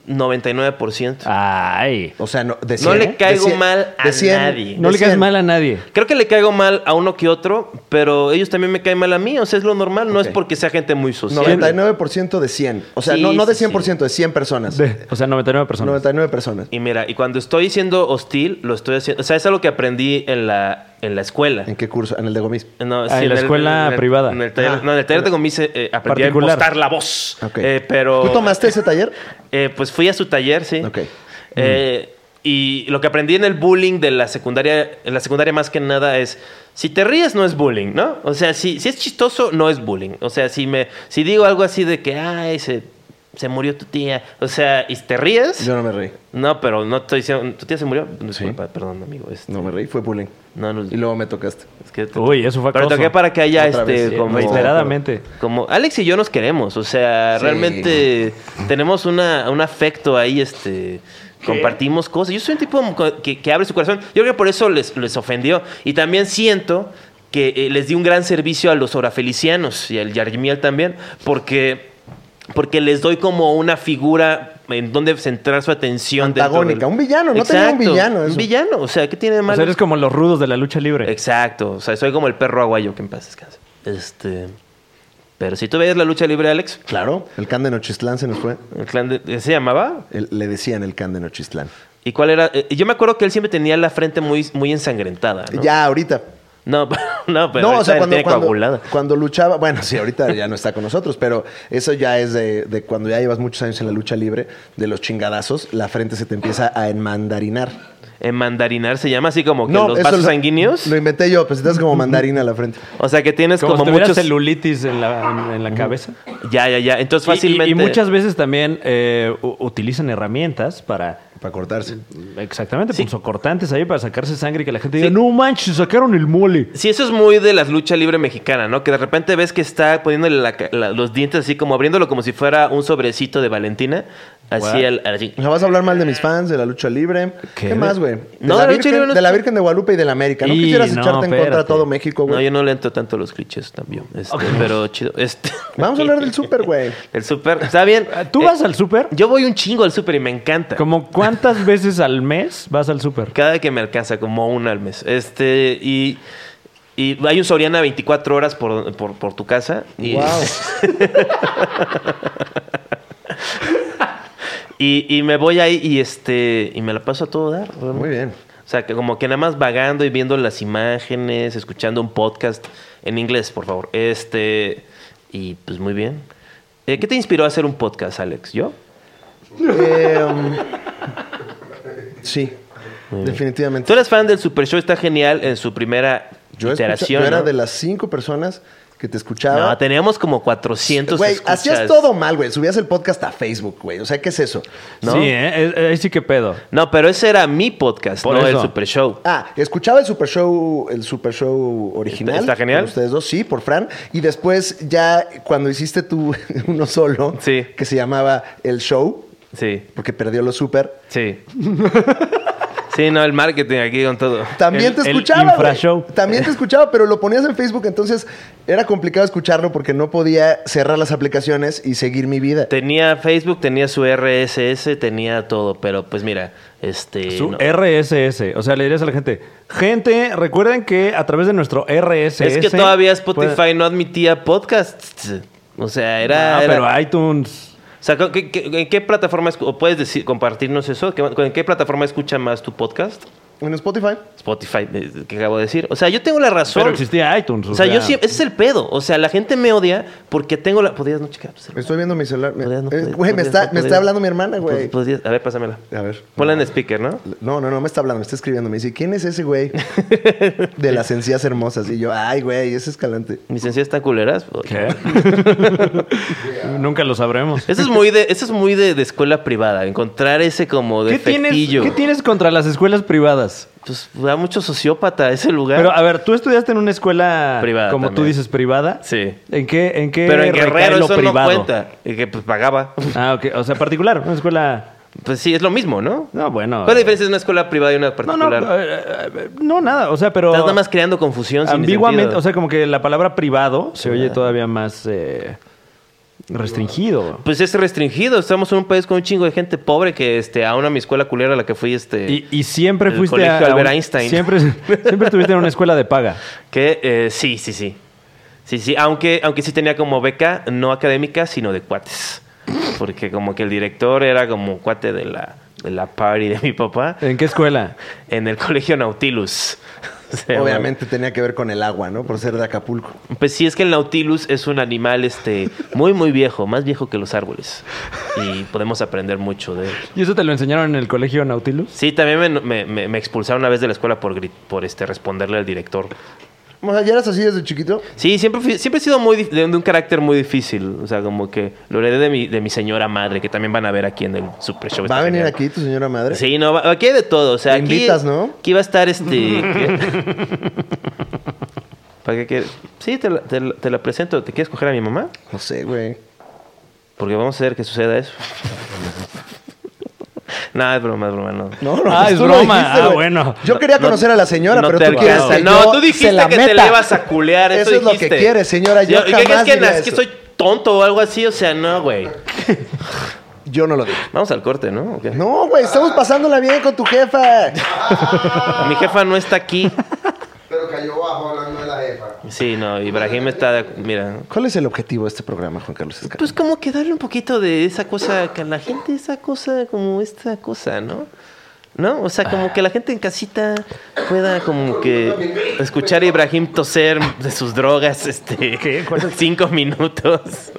99%. Ah. Ay. O sea, no, de No cien, le ¿eh? caigo De cien- mal a de cien- nadie. No de le caes cien. mal a nadie. Creo que le caigo mal a uno que otro, pero ellos también me caen mal a mí. O sea, es lo normal. No es Ok. porque sea gente muy social. 99% de 100. O sea, Sí, no, no de sí, sí. 100%, de 100 personas. De- o sea, 99 personas. 99 personas. Y mira, y cuando estoy siendo hostil, lo estoy haciendo. O sea, es algo que aprendí en la, en la escuela. ¿En qué curso? En el de Gomis. No, Ah, en la el- escuela en el- privada. en el taller- Ah. no, en el taller de Gomis eh, eh, aprendí a Particular. impostar la voz. Ok. Eh, pero. ¿Tú tomaste ese taller? Eh, pues fui a su taller, sí. Ok. Eh, Y lo que aprendí en el bullying de la secundaria, en la secundaria más que nada es, si te ríes no es bullying, ¿no? O sea, si, si es chistoso no es bullying. O sea, si me si digo algo así de que, ay, se, se murió tu tía, o sea, y te ríes, Yo no, no me reí. pero no estoy diciendo, tu tía se murió, disculpa, perdón amigo, este, No me reí, fue bullying. no, no, Y luego me tocaste. es que te- Uy, eso fue pero acoso. toqué para que haya Otra este vez, sí, como reiteradamente. como Alex y yo nos queremos, o sea, Sí. realmente tenemos una, un afecto ahí, este, compartimos cosas. Yo soy un tipo co- que, que abre su corazón. Yo creo que por eso les, les ofendió. Y también siento que eh, les di un gran servicio a los orafelicianos y al Yargimiel también, porque, porque les doy como una figura en donde centrar su atención. dentro Antagónica, del- un villano, no tenía un Exacto, villano Un eso. villano, o sea, ¿qué tiene de O malo? sea, eres como los rudos de la lucha libre. Exacto. O sea, soy como el perro aguayo que en paz descanse. Este. Pero si tú veías la lucha libre, Alex, Claro. El can de Nochistlán se nos fue. el clan de- se llamaba. El- le decían el can de Nochistlán. ¿Y cuál era? Eh, Yo me acuerdo que él siempre tenía la frente muy, muy ensangrentada. ¿no? Ya, ahorita. No, no, pero no, no, o sea, cuando, tiene coagulada. cuando, cuando luchaba, bueno, sí, ahorita ya no está con nosotros, pero eso ya es de, de cuando ya llevas muchos años en la lucha libre, de los chingadazos, la frente se te empieza a enmandarinar. En mandarinar se llama así como que No, los eso vasos lo- sanguíneos. Lo inventé yo, pues estás como mandarina la frente. O sea, que tienes Como, como, si tuviera muchos. celulitis en la, en- en la cabeza. Ya, ya, ya. Entonces Y- y- fácilmente. Y, muchas veces también eh, u- utilizan herramientas para. Para cortarse. Exactamente, Sí. punzocortantes ahí para sacarse sangre y que la gente diga, Sí. no manches, sacaron el mole. Sí, eso es muy de las lucha libre mexicana, ¿no? Que de repente ves que está poniéndole la ca- la- los dientes así, como abriéndolo como si fuera un sobrecito de Valentina. Así, What? al, así. O sea, vas a hablar mal de mis fans, de la lucha libre. ¿Qué, ¿Qué? más, güey? De, No, la la lucha Virgen- libre no- de la Virgen de Guadalupe y de la América. No Y quisieras no, echarte en contra a espérate. todo México, No, güey. yo no le entro tanto a los clichés también. este, Pero chido. Este, Vamos a hablar del súper, güey. el súper. Está bien. Ah, ¿Tú Eh, vas al súper? Yo voy un chingo al súper y me encanta. ¿Como cuántas veces al mes vas al súper? Cada que me alcanza, como una al mes. Este, y. Y hay un Soriana 24 horas por, por, por tu casa. Y, Wow. y, y me voy ahí y este y me la paso a todo dar. realmente. Muy bien. O sea, que como que nada más vagando y viendo las imágenes, escuchando un podcast en inglés, por favor. Este, y pues muy bien. Eh, ¿Qué te inspiró a hacer un podcast, Alex? ¿Yo? Eh, um, sí, definitivamente. Tú eres fan del Super Show, está genial en su primera Yo, escucha- iteración. yo era ¿no? de las cinco personas que te escuchaba. No, teníamos como 400 Güey, escuchas. hacías todo mal, güey. Subías el podcast a Facebook, güey. O sea, ¿qué es eso? ¿no? Sí, ¿eh? Eh, ahí sí que pedo. No, pero ese era mi podcast, Por no el eso. Super Show. Ah, escuchaba el Super Show, el Super Show original. Está- está genial. Con ustedes dos, sí, por Fran. Y después ya cuando hiciste tú uno solo, Sí. que se llamaba El Show, Sí, porque perdió los Super. sí. sí, no, el marketing aquí con todo. También El- te el escuchaba. güey. infrashow. También te escuchaba, pero lo ponías en Facebook, entonces era complicado escucharlo porque no podía cerrar las aplicaciones y seguir mi vida. Tenía Facebook, tenía su RSS, tenía todo, pero pues mira, este... Su no. RSS. O sea, le dirías a la gente, gente, recuerden que a través de nuestro RSS... Es que todavía Spotify pueden- no admitía podcasts. O sea, era... Ah, era- pero iTunes... O sea, ¿con qué- qué- ¿en qué plataforma escu- o puedes decir, compartirnos eso? ¿Qué- ¿En qué plataforma escucha más tu podcast? En Spotify. Spotify, eh, que acabo de decir. O sea, yo tengo la razón. Pero existía iTunes. o sea, yo siempre. Ese es el pedo. O sea, la gente me odia porque tengo la. Podrías no checar. tu celular? Estoy viendo mi celular. Me- Podrías no- eh, podrías- Güey, me podrías está, no- me podrías- Pues, está hablando mi hermana, güey. Podrías- a ver, pásamela. A ver. Ponla en speaker, ¿no? No, no, no me está hablando, me está escribiendo. Me dice, ¿quién es ese güey? De las encías hermosas. Y yo, ay, güey, es escalante. Mis encías están culeras. Oye. ¿Qué? Nunca lo sabremos. Eso es muy de, eso es muy de, de escuela privada, encontrar ese como ¿Qué tienes, defectillo. qué tienes contra las escuelas privadas? Pues da mucho sociópata a ese lugar. Pero a ver, tú estudiaste en una escuela Privada como tú también. dices privada. Sí. ¿En qué en qué Pero en recae Guerrero lo eso privado? no cuenta. Y que pues pagaba. Ah, ok, o sea, particular, una escuela Pues sí, es lo mismo, ¿no? No, bueno. ¿Cuál es la eh, diferencia de una escuela privada y una No, no, particular? eh, eh, no nada, o sea, pero Estás nada más creando confusión. sin ambiguamente, sentido. o sea, como que la palabra privado se oye todavía más eh, restringido. Pues es restringido. Estamos en un país con un chingo de gente pobre que este, aún a mi escuela culera a la que fui, este. Y, y siempre El fuiste colegio a, a Albert un- Einstein. Siempre, siempre estuviste en una escuela de paga. Que eh, sí, sí, sí. Sí, sí. Aunque, aunque sí tenía como beca, no académica, sino de cuates. Porque como que el director era como un cuate de la, de la party de mi papá ¿En qué escuela? en el colegio Nautilus. Se llama. Obviamente tenía que ver con el agua, ¿no? Por ser de Acapulco. Pues sí, es que el Nautilus es un animal este, muy, muy viejo, más viejo que los árboles. Y podemos aprender mucho de él. ¿Y eso te lo enseñaron en el colegio Nautilus? Sí, también me, me- me- me expulsaron una vez de la escuela por, gri- por este, responderle al director. O sea, ¿ya eras así desde chiquito? Sí, siempre, fui- siempre he sido muy, dif- de un de un carácter muy difícil. O sea, como que lo heredé de mi, de mi señora madre, que también van a ver aquí en el Super Show. ¿Va Está a venir genial. aquí tu señora madre? Pues Sí, no, va- aquí hay de todo. O sea, Me aquí, invitas, ¿no? Aquí va a estar este. ¿Para qué quieres? Sí, te la, te la- te la presento. ¿Te quieres coger a mi mamá? No sé, güey. Porque vamos a hacer que suceda eso. no, es broma, es broma, no. No, pues Ah, es tú lo broma. Ah, güey. bueno. Yo quería conocer a la señora, no pero te tú quieres alcanza. que No, yo tú se dijiste la que te meta. le ibas a culear. Eso, Eso es lo que dijiste. quieres, señora, yo ¿y ¿Qué jamás crees que, diría nací- que eso. soy tonto o algo así? O sea, no, güey. Yo no lo digo. Vamos al corte, ¿no? ¿O qué? No, güey, estamos pasándola bien con tu jefa. Mi jefa no está aquí. Pero cayó bajo hablando de la jefa. Sí, no, Ibrahim está... de- Mira. ¿Cuál es el objetivo de este programa, Juan Carlos Escalante? Pues como que darle un poquito de esa cosa que a la gente, esa cosa como esta cosa, ¿no? ¿No? O sea, como que la gente en casita pueda como que escuchar a Ibrahim toser de sus drogas, este, cinco minutos.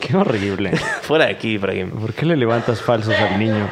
Qué horrible. Fuera de aquí, Ibrahim. ¿Por qué le levantas falsos al niño?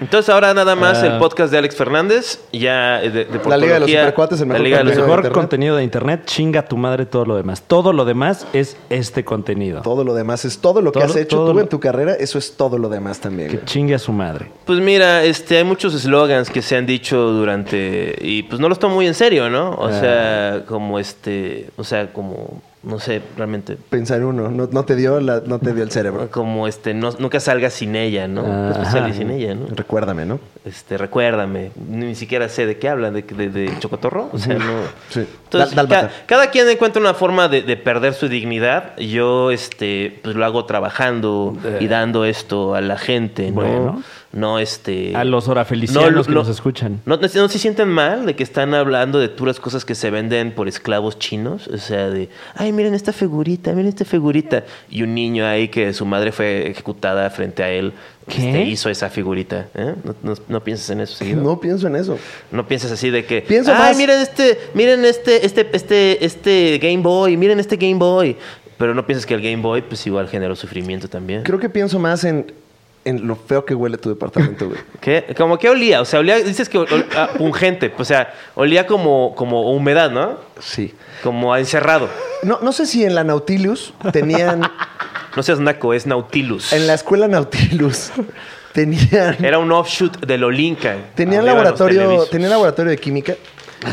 Entonces ahora nada más Ah. el podcast de Alex Fernández, ya eh, de, de La Liga de los Portología, Supercuates, el mejor la Liga de los El contenido Super- mejor internet. contenido de internet, chinga tu madre todo lo demás. Todo lo demás es este contenido. Todo lo demás es todo lo que Todo- has hecho todo tú lo- en tu carrera, eso es todo lo demás también. Que güey. chingue a su madre. Pues mira, este, hay muchos eslogans que se han dicho durante y pues no los tomo muy en serio, ¿no? O Ah. sea, como este, o sea, como no sé, realmente Pensar uno, no, no te dio la- no te dio el cerebro. como este no- nunca salgas sin ella, ¿no? Ah, Nunca salí ajá. sin ella, ¿no? Recuérdame, ¿no? Este, recuérdame, ni siquiera sé de qué hablan, de, de, de chocotorro, o sea, no Sí. Entonces, Dal- ca- Dálmata. cada quien encuentra una forma de, de perder su dignidad. Yo, este, pues lo hago trabajando Eh. y dando esto a la gente, ¿no? Bueno. No, este. A los orafelicianos lo- que lo- nos escuchan. No, no se- no se sienten mal de que están hablando de puras cosas que se venden por esclavos chinos. O sea, de, ay, miren esta figurita, miren esta figurita. Y un niño ahí que su madre fue ejecutada frente a él, ¿Qué? este, hizo esa figurita. ¿eh? No, no- no pienses en eso seguido. No pienso en eso. No pienses así de que. Pienso Ay, más- miren este, miren este, este, este, este Game Boy, miren este Game Boy. Pero no pienses que el Game Boy, pues igual generó sufrimiento también. Creo que pienso más en, en lo feo que huele tu departamento, güey. ¿Qué? Como que olía, o sea, olía, dices que ol- a pungente, o sea, olía como, como humedad, ¿no? Sí. Como a encerrado. No, no sé si en la Nautilus tenían. No seas naco, es Nautilus. en la escuela Nautilus tenían. Era un offshoot del Olinka. Eh, Arriba Tenían los laboratorio. Televisos. ¿Tenían laboratorio de química?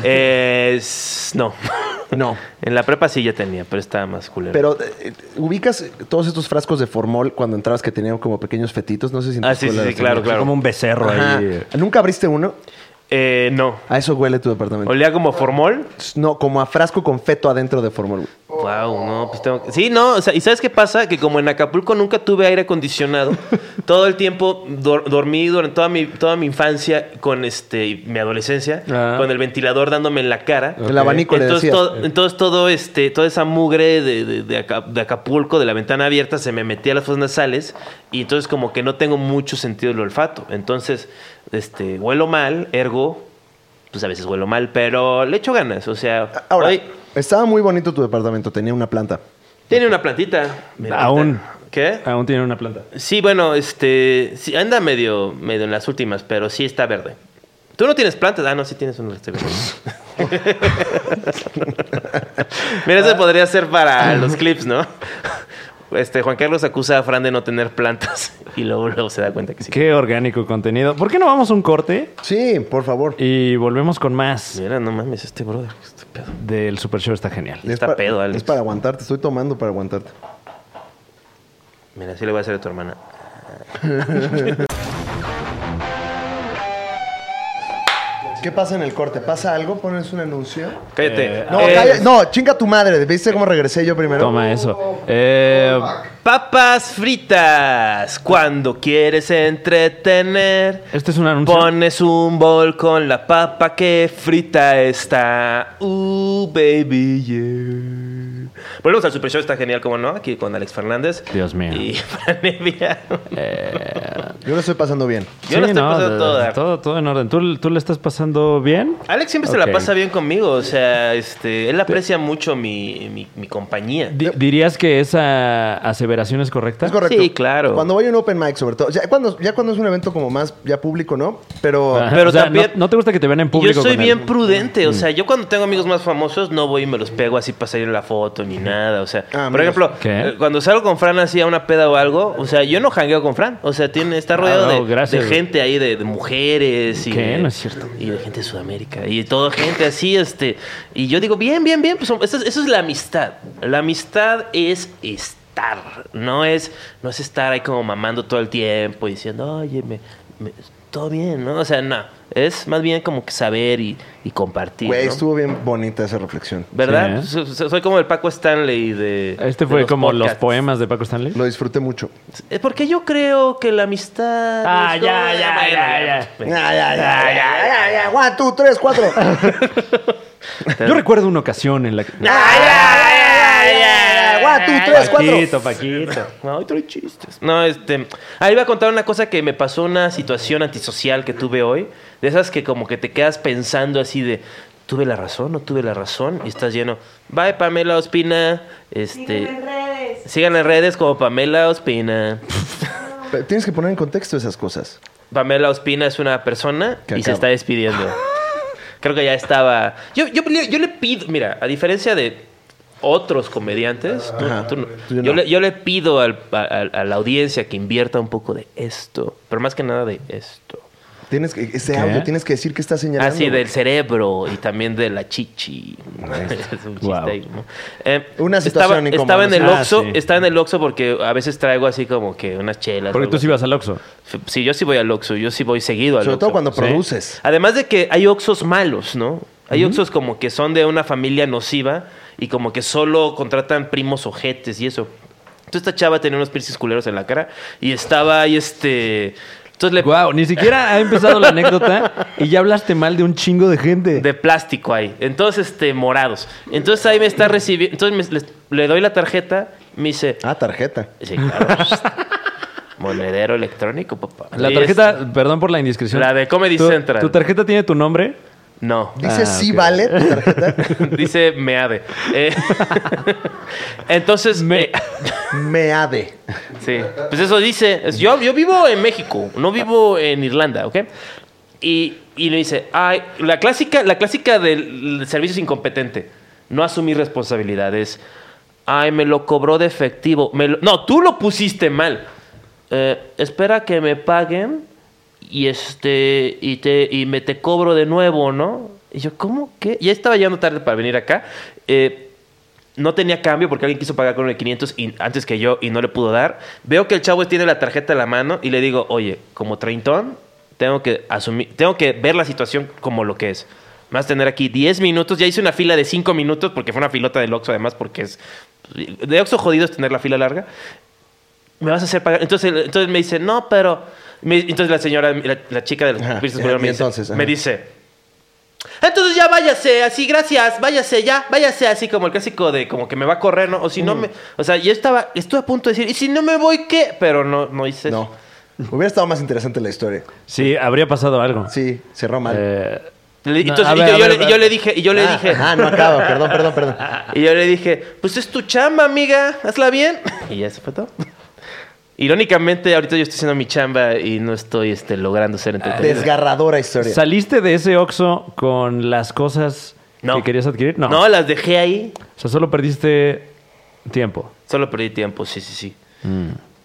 Eh, s- no. No. En la prepa sí ya tenía, pero estaba más culero. Pero eh, ubicas todos estos frascos de formol cuando entrabas que tenían como pequeños fetitos, no sé si en tu Ah, sí, escuela sí, sí, los claro, tenían. claro. Como un becerro Ajá. ahí. ¿Nunca abriste uno? Eh, no. A eso huele tu departamento. Olía como formol. No, como a frasco con feto adentro de formol. güey. Wow, no, pues tengo que- Sí, no, o sea, ¿y sabes qué pasa? Que como en Acapulco nunca tuve aire acondicionado, todo el tiempo dor- dormí durante toda mi, toda mi infancia, con este, y mi adolescencia, Ah. con el ventilador dándome en la cara. El abanico le Entonces, decías. todo, entonces todo este, toda esa mugre de, de- de Aca- de Acapulco, de la ventana abierta, se me metía a las fosas nasales y entonces como que no tengo mucho sentido del olfato. Entonces, este, huelo mal, ergo, pues a veces huelo mal, pero le echo ganas. O sea, Ahora, hoy estaba muy bonito tu departamento, tenía una planta. tiene una plantita. Mira, Aún. ahorita- ¿Qué? Aún tiene una planta. Sí, bueno, este, sí, anda medio, medio en las últimas, pero sí está verde. Tú no tienes plantas. Ah, no, sí tienes una. este, verde. Mira, eso podría ser para los clips, ¿no? Este, Juan Carlos acusa a Fran de no tener plantas y luego, luego se da cuenta que sí. Qué orgánico contenido. ¿Por qué no vamos a un corte Sí, por favor. y volvemos con más Mira, no mames, este brother. Este pedo. del Super Show? Está genial. Es está para- pedo, Alex. Es para aguantarte, estoy tomando para aguantarte. Mira, así le voy a hacer a tu hermana. ¿Qué pasa en el corte? ¿Pasa algo? ¿Pones un anuncio? Cállate. Eh, No, Eh, calla- no, chinga tu madre. ¿Viste cómo regresé yo primero? Toma eso. Eh, Papas fritas. Cuando quieres entretener. este es un anuncio. Pones un bol con la papa que frita está. Uh, baby, yeah. Volvemos al Super Show, está genial, como no, aquí con Alex Fernández. Dios mío. Y Fran Evia. Eh, Yo lo estoy pasando bien. Yo la estoy pasando de- toda. Todo, todo en orden. ¿Tú, tú le estás pasando bien? Alex siempre se Ok. la pasa bien conmigo, o sea, este, él aprecia mucho mi, mi, mi compañía. Di- ¿Dirías que esa aseveración es correcta? Es correcto. Sí, claro. Cuando voy a un open mic, sobre todo. Ya cuando, ya cuando es un evento como más ya público, ¿no? Pero Ajá. Pero O sea, también- no, no te gusta que te vean en Yo público? soy con Mm. bien el- prudente, o sea, yo cuando tengo amigos más famosos no voy y me los pego así para salir en la foto ni nada, o sea, Ah, por amigos. ejemplo, ¿Qué? eh, cuando salgo con Fran así a una peda o algo, o sea, yo no jangueo con Fran, o sea, tiene está rodeado Ah, no, de- de, gracias. gente ahí, de, de mujeres y ¿Qué? de, No es cierto. y de gente de Sudamérica y toda gente así, este, y yo digo, bien, bien, bien, pues eso es, esa es la amistad, la amistad es estar, no es, no es estar ahí como mamando todo el tiempo y diciendo, oye, me- me- todo bien, ¿no? O sea, no, es más bien como que saber y, y compartir. Güey, ¿no? estuvo bien bonita esa reflexión. ¿Verdad? Sí, ¿eh? So- so- Soy como el Paco Stanley de... Este de fue los como los podcasts. poemas de Paco Stanley. Lo disfruté mucho. Eh, Porque yo creo que la amistad... Ah, es como- pues, ya, ya, Bueno, ya, Ya, ya, ya, ya, ya, ya. One, two, tres, cuatro. Yo recuerdo una ocasión en la que... Ya, ya, ya, ya, ya. One, two, tres, cuatro. Paquito, Paquito. No, hoy trae chistes. No, este. Ahí iba a contar una cosa que me pasó, una situación antisocial que tuve hoy. De esas que como que te quedas pensando así de. ¿Tuve la razón? ¿No tuve la razón? Y estás lleno. Bye, Pamela Ospina. Sígueme en Este. redes. Sigan en redes como Pamela Ospina. Pero Tienes que poner en contexto esas cosas. Pamela Ospina es una persona y Que se acaba. está despidiendo. Creo que ya estaba. Yo, yo, le- yo le pido, mira, a diferencia de otros comediantes, tú- Ajá. tú no. Tú yo, no. le, yo le pido al- a, a- a la audiencia que invierta un poco de esto, pero más que nada de esto. Tienes que, ese audio tienes que decir que está señalando. Así güey. del cerebro y también de la chichi. Es un chiste Wow. ahí, ¿no? Eh, Una estaba, situación incómoda, estaba en el ¿no? Ah, Oxxo, sí. estaba en el Oxxo porque a veces traigo así como que unas chelas. Porque o tú algo sí vas al Oxxo. así. Sí, yo sí voy al Oxxo, yo sí voy seguido al Sobre todo Oxxo. cuando Sí. produces. Además de que hay oxos malos, ¿no? Hay oxos como que son de una familia nociva y como que solo contratan primos ojetes y eso. Entonces esta chava tenía unos piercings culeros en la cara y estaba ahí este... Entonces le... Wow, ni siquiera ha empezado la anécdota y ya hablaste mal de un chingo de gente. De plástico ahí. Entonces, este, morados. Entonces ahí me está recibiendo... Entonces me- le, le doy la tarjeta, me dice... Ah, tarjeta. Sí, claro. pues, Monedero electrónico, papá. La Y tarjeta, este- perdón por la indiscreción. La de Comedy ¿Tu- Central. ¿Tu tarjeta tiene tu nombre? No. Dice Ah, sí ok. vale tu tarjeta. Dice meade. Eh, entonces... eh, Meade. Sí. Pues eso dice. Es- Yo, yo vivo en México, no vivo en Irlanda, ¿ok? Y, y le dice, ay, la clásica, la clásica del, del servicio es incompetente. No asumir responsabilidades. Ay, me lo cobró de efectivo. Me lo- no, tú lo pusiste mal. Eh, espera que me paguen y este y te y me te cobro de nuevo, ¿no? Y yo, ¿cómo qué? Ya estaba llegando tarde para venir acá. Eh, no tenía cambio porque alguien quiso pagar con el 500 y- antes que yo y no le pudo dar. Veo que el chavo tiene la tarjeta en la mano y le digo, oye, como treintón, tengo que asumir, tengo que ver la situación como lo que es. Me vas a tener aquí 10 minutos. Ya hice una fila de 5 minutos porque fue una filota del Oxxo además porque es... De Oxxo jodido es tener la fila larga. Me vas a hacer pagar. Entonces, el- entonces me dice, no, pero... me- entonces la señora, la, la chica de los Ajá, servicios y públicos me, entonces, dice, ajá. me dice, entonces ya váyase, así, gracias, váyase ya, váyase así como el clásico de como que me va a correr, ¿no? O si Mm. no me... O sea, yo estaba, estuve a punto de decir, ¿y si no me voy qué? Pero no, no hice eso. No. Hubiera estado más interesante la historia. Sí, habría pasado algo. Sí, cerró mal. Eh, Le- No, Entonces, a y ver, yo, a yo ver, le, a yo ver. le dije, y yo le dije, Ah, no acaba. Perdón, perdón, perdón. y yo le dije, pues es tu chamba, amiga, hazla bien. Y ya se fue todo. Irónicamente, ahorita yo estoy haciendo mi chamba y no estoy este, logrando ser entretenido. Desgarradora historia. ¿Saliste de ese Oxxo con las cosas No. que querías adquirir? No. No, las dejé ahí. O sea, solo perdiste tiempo. Solo perdí tiempo, sí, sí, sí.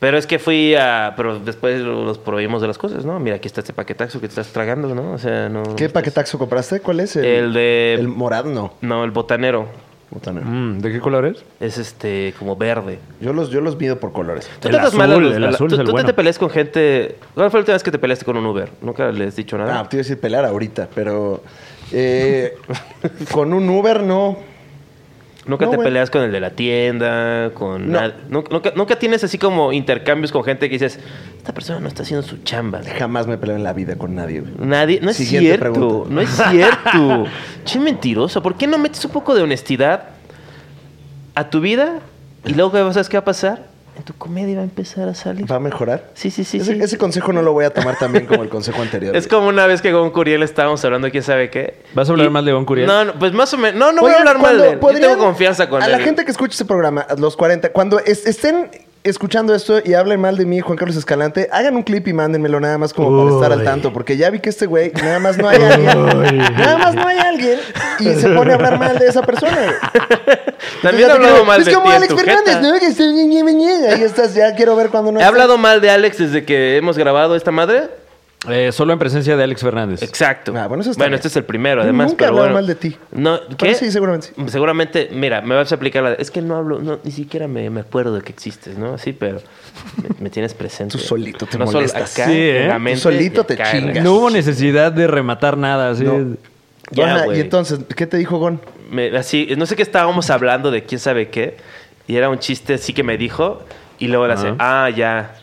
Pero es que fui a... Pero después los proveímos de las cosas, ¿no? Mira, aquí está este paquetazo que te estás tragando, ¿no? O sea, no... ¿Qué paquetaxo compraste? ¿Cuál es? El de- El morado, no. No, el botanero. Botanero. Mm, ¿De qué color es? Es este, como verde. Yo los, yo los mido por colores. Tú El tratas azul, mal a los- el a la- azul tú- es el tú bueno. te peleas con gente... ¿Cuál fue la última vez que te peleaste con un Uber? Nunca les he dicho nada. Ah, te iba a decir pelar ahorita, pero. eh, con un Uber no. Nunca No, te güey. peleas con el de la tienda, con No. nad- Nunca, nunca- nunca tienes así como intercambios con gente que dices, esta persona no está haciendo su chamba. güey". Jamás me peleo en la vida con nadie. güey. Nadie, no es Siguiente cierto, pregunta. no es cierto. che mentiroso, ¿por qué no metes un poco de honestidad a tu vida y luego sabes qué va a pasar? En tu comedia va a empezar a salir. ¿Va a mejorar? Sí, sí, sí, Ese, sí. ese consejo no lo voy a tomar también como el consejo anterior. Es güey. como una vez que con Curiel estábamos hablando, quién sabe qué. ¿Vas a hablar Y- mal de Gon Curiel? No, no, pues más o menos. No, no voy a Oigan, hablar mal cuando de él. Yo podrían- tengo confianza con a él. la gente que escucha este programa, a los 40, cuando es- estén escuchando esto y hablen mal de mí, Juan Carlos Escalante, hagan un clip y mándenmelo nada más como para estar al tanto, porque ya vi que este güey nada más no hay alguien. nada más no hay alguien y se pone a hablar mal de esa persona. güey. También he Ya te hablado creo, mal Es de ti como en Alex tu Fernández, jeta. ¿no? Que está ñe, ñe, ñe, ñe. Ahí estás, ya quiero ver cuando no He estás. hablado mal de Alex desde que hemos grabado esta madre. Eh, solo en presencia de Alex Fernández. Exacto. Ah, bueno, eso está bien. este es el primero, Yo además. nunca he pero hablado bueno. mal de ti. No, ¿qué? Bueno, sí, seguramente sí. Seguramente, mira, me vas a aplicar la de, Es que no hablo, no, ni siquiera me, me acuerdo de que existes, ¿no? Sí, pero me, me tienes presente. Tú solito te no solo molestas. acá, Sí, ¿eh? en la mente Tú solito y te acá en la- chingas. No hubo necesidad de rematar nada. así. No. Ya, Ajá, güey. y entonces, ¿qué te dijo Gon? me- así, no sé qué estábamos hablando de quién sabe qué. Y era un chiste así que me dijo. Y luego le hace, ah, ya,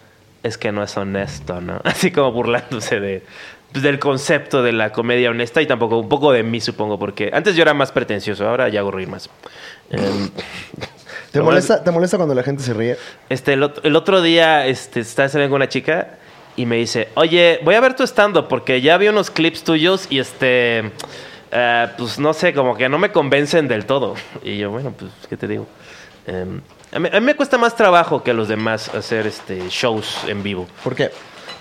es que no es honesto, ¿no? Así como burlándose de, pues, del concepto de la comedia honesta y tampoco un poco de mí, supongo, porque antes yo era más pretencioso, ahora ya hago reír más. Em, ¿Te Lo molesta, ¿Te molesta cuando la gente se ríe? Este, el, ot- el otro día este, estaba saliendo con una chica y me dice, oye, voy a ver tu stand-up porque ya vi unos clips tuyos y este, eh, pues no sé, como que no me convencen del todo. Y yo, bueno, pues, ¿qué te digo? Em, a, mí, a mí me cuesta más trabajo que a los demás hacer este, shows en vivo. ¿Por qué?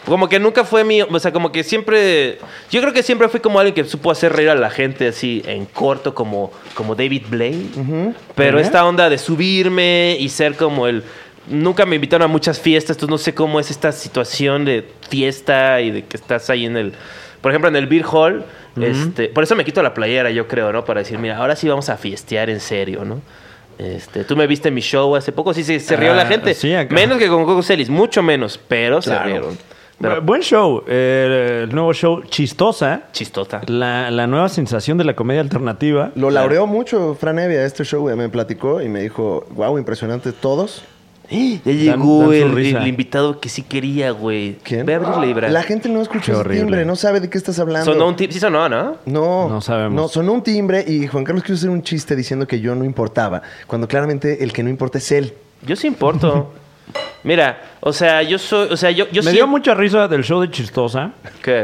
Como que nunca fue mi. O sea, como que siempre. Yo creo que siempre fui como alguien que supo hacer reír a la gente así en corto, como, como David Blaine. Pero esta onda de subirme y ser como el. Nunca me invitaron a muchas fiestas, entonces no sé cómo es esta situación de fiesta y de que estás ahí en el. Por ejemplo, en el Beer Hall. este, por eso me quito la playera, yo creo, ¿no? Para decir, mira, ahora sí vamos a fiestear en serio, ¿no? Este, tú me viste en mi show hace poco, sí, sí, se rió la Ah, gente. sí, acá. Menos que con Coco Celis, mucho menos, pero se rieron. Pero Bu- Buen show. Eh, el nuevo show Chistosa. chistota. La, la nueva sensación de la comedia alternativa. Lo laureó mucho Fran Evia este show, güey. Me platicó y me dijo, wow, impresionante todos. Ya Dan- llegó dan su el, risa. Ah, el invitado que sí quería, güey. ¿Quién? Ve a abrirle y verás. La gente no Qué escuchó ese horrible. timbre, no sabe de qué estás hablando. Sonó un tip, sí sonó, ¿no? No, No sabemos. No, sonó un timbre y Juan Carlos quiso hacer un chiste diciendo que yo no importaba, cuando claramente el que no importa es él. Yo sí importo. Mira, o sea, yo soy, o sea, yo, yo Me sí- dio mucha risa del show de Chistosa. ¿Qué?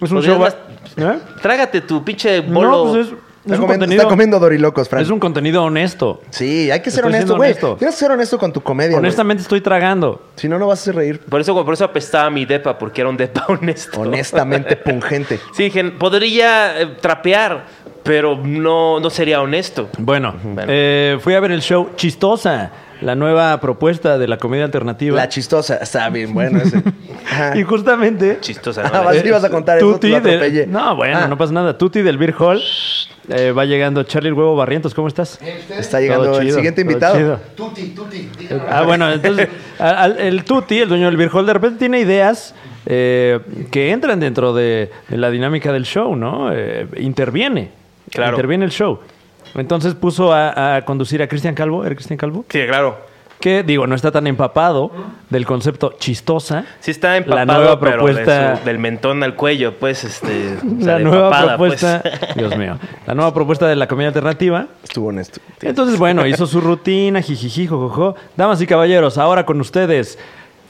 Es un Podrías show... ba- ¿Eh? Trágate tu pinche bolo. No, pues es, Está, es un comiendo, contenido... está comiendo dorilocos, Fran. Es un contenido honesto. Sí, hay que ser Estoy honesto, siendo güey. honesto. Tienes que ser honesto con tu comedia, güey. Honestamente estoy tragando. Si no, no vas a hacer reír. Por eso, por eso apestaba mi depa, porque era un depa honesto. Honestamente pungente. Sí, dije, podría eh, trapear, pero no, no sería honesto. Bueno, Bueno. eh, fui a ver el show Chistosa, la nueva propuesta de la comedia alternativa. La chistosa. Está bien bueno ese. Ajá. y justamente... eh, Chistosa, Ah, ¿no? Eh, vas- Así ibas a contar eso, Tuti lo del- atropellé. No, bueno, Ah. no pasa nada. Tuti del Beer Hall. eh, va llegando Charlie el Huevo Barrientos. ¿Cómo estás? Está llegando Todo el chido, siguiente todo invitado. chido. Tuti, tuti, díganos. Ah, bueno, entonces al- al- el Tuti, el dueño del Beer Hall, de repente tiene ideas eh, que entran dentro de, de la dinámica del show, ¿no? Eh, interviene. Claro. Interviene el show. Entonces puso a, a conducir a Cristian Calvo, ¿era Cristian Calvo? Sí, claro. Que, digo, no está tan empapado del concepto chistosa. Sí está empapado, La nueva pero de su- propuesta- del mentón al cuello, pues, este... o sea, La de nueva papada, propuesta. pues. Dios mío. La nueva propuesta de la comida alternativa. Estuvo honesto. Entonces, bueno, hizo su rutina, jijiji, jojojo. Damas y caballeros, ahora con ustedes.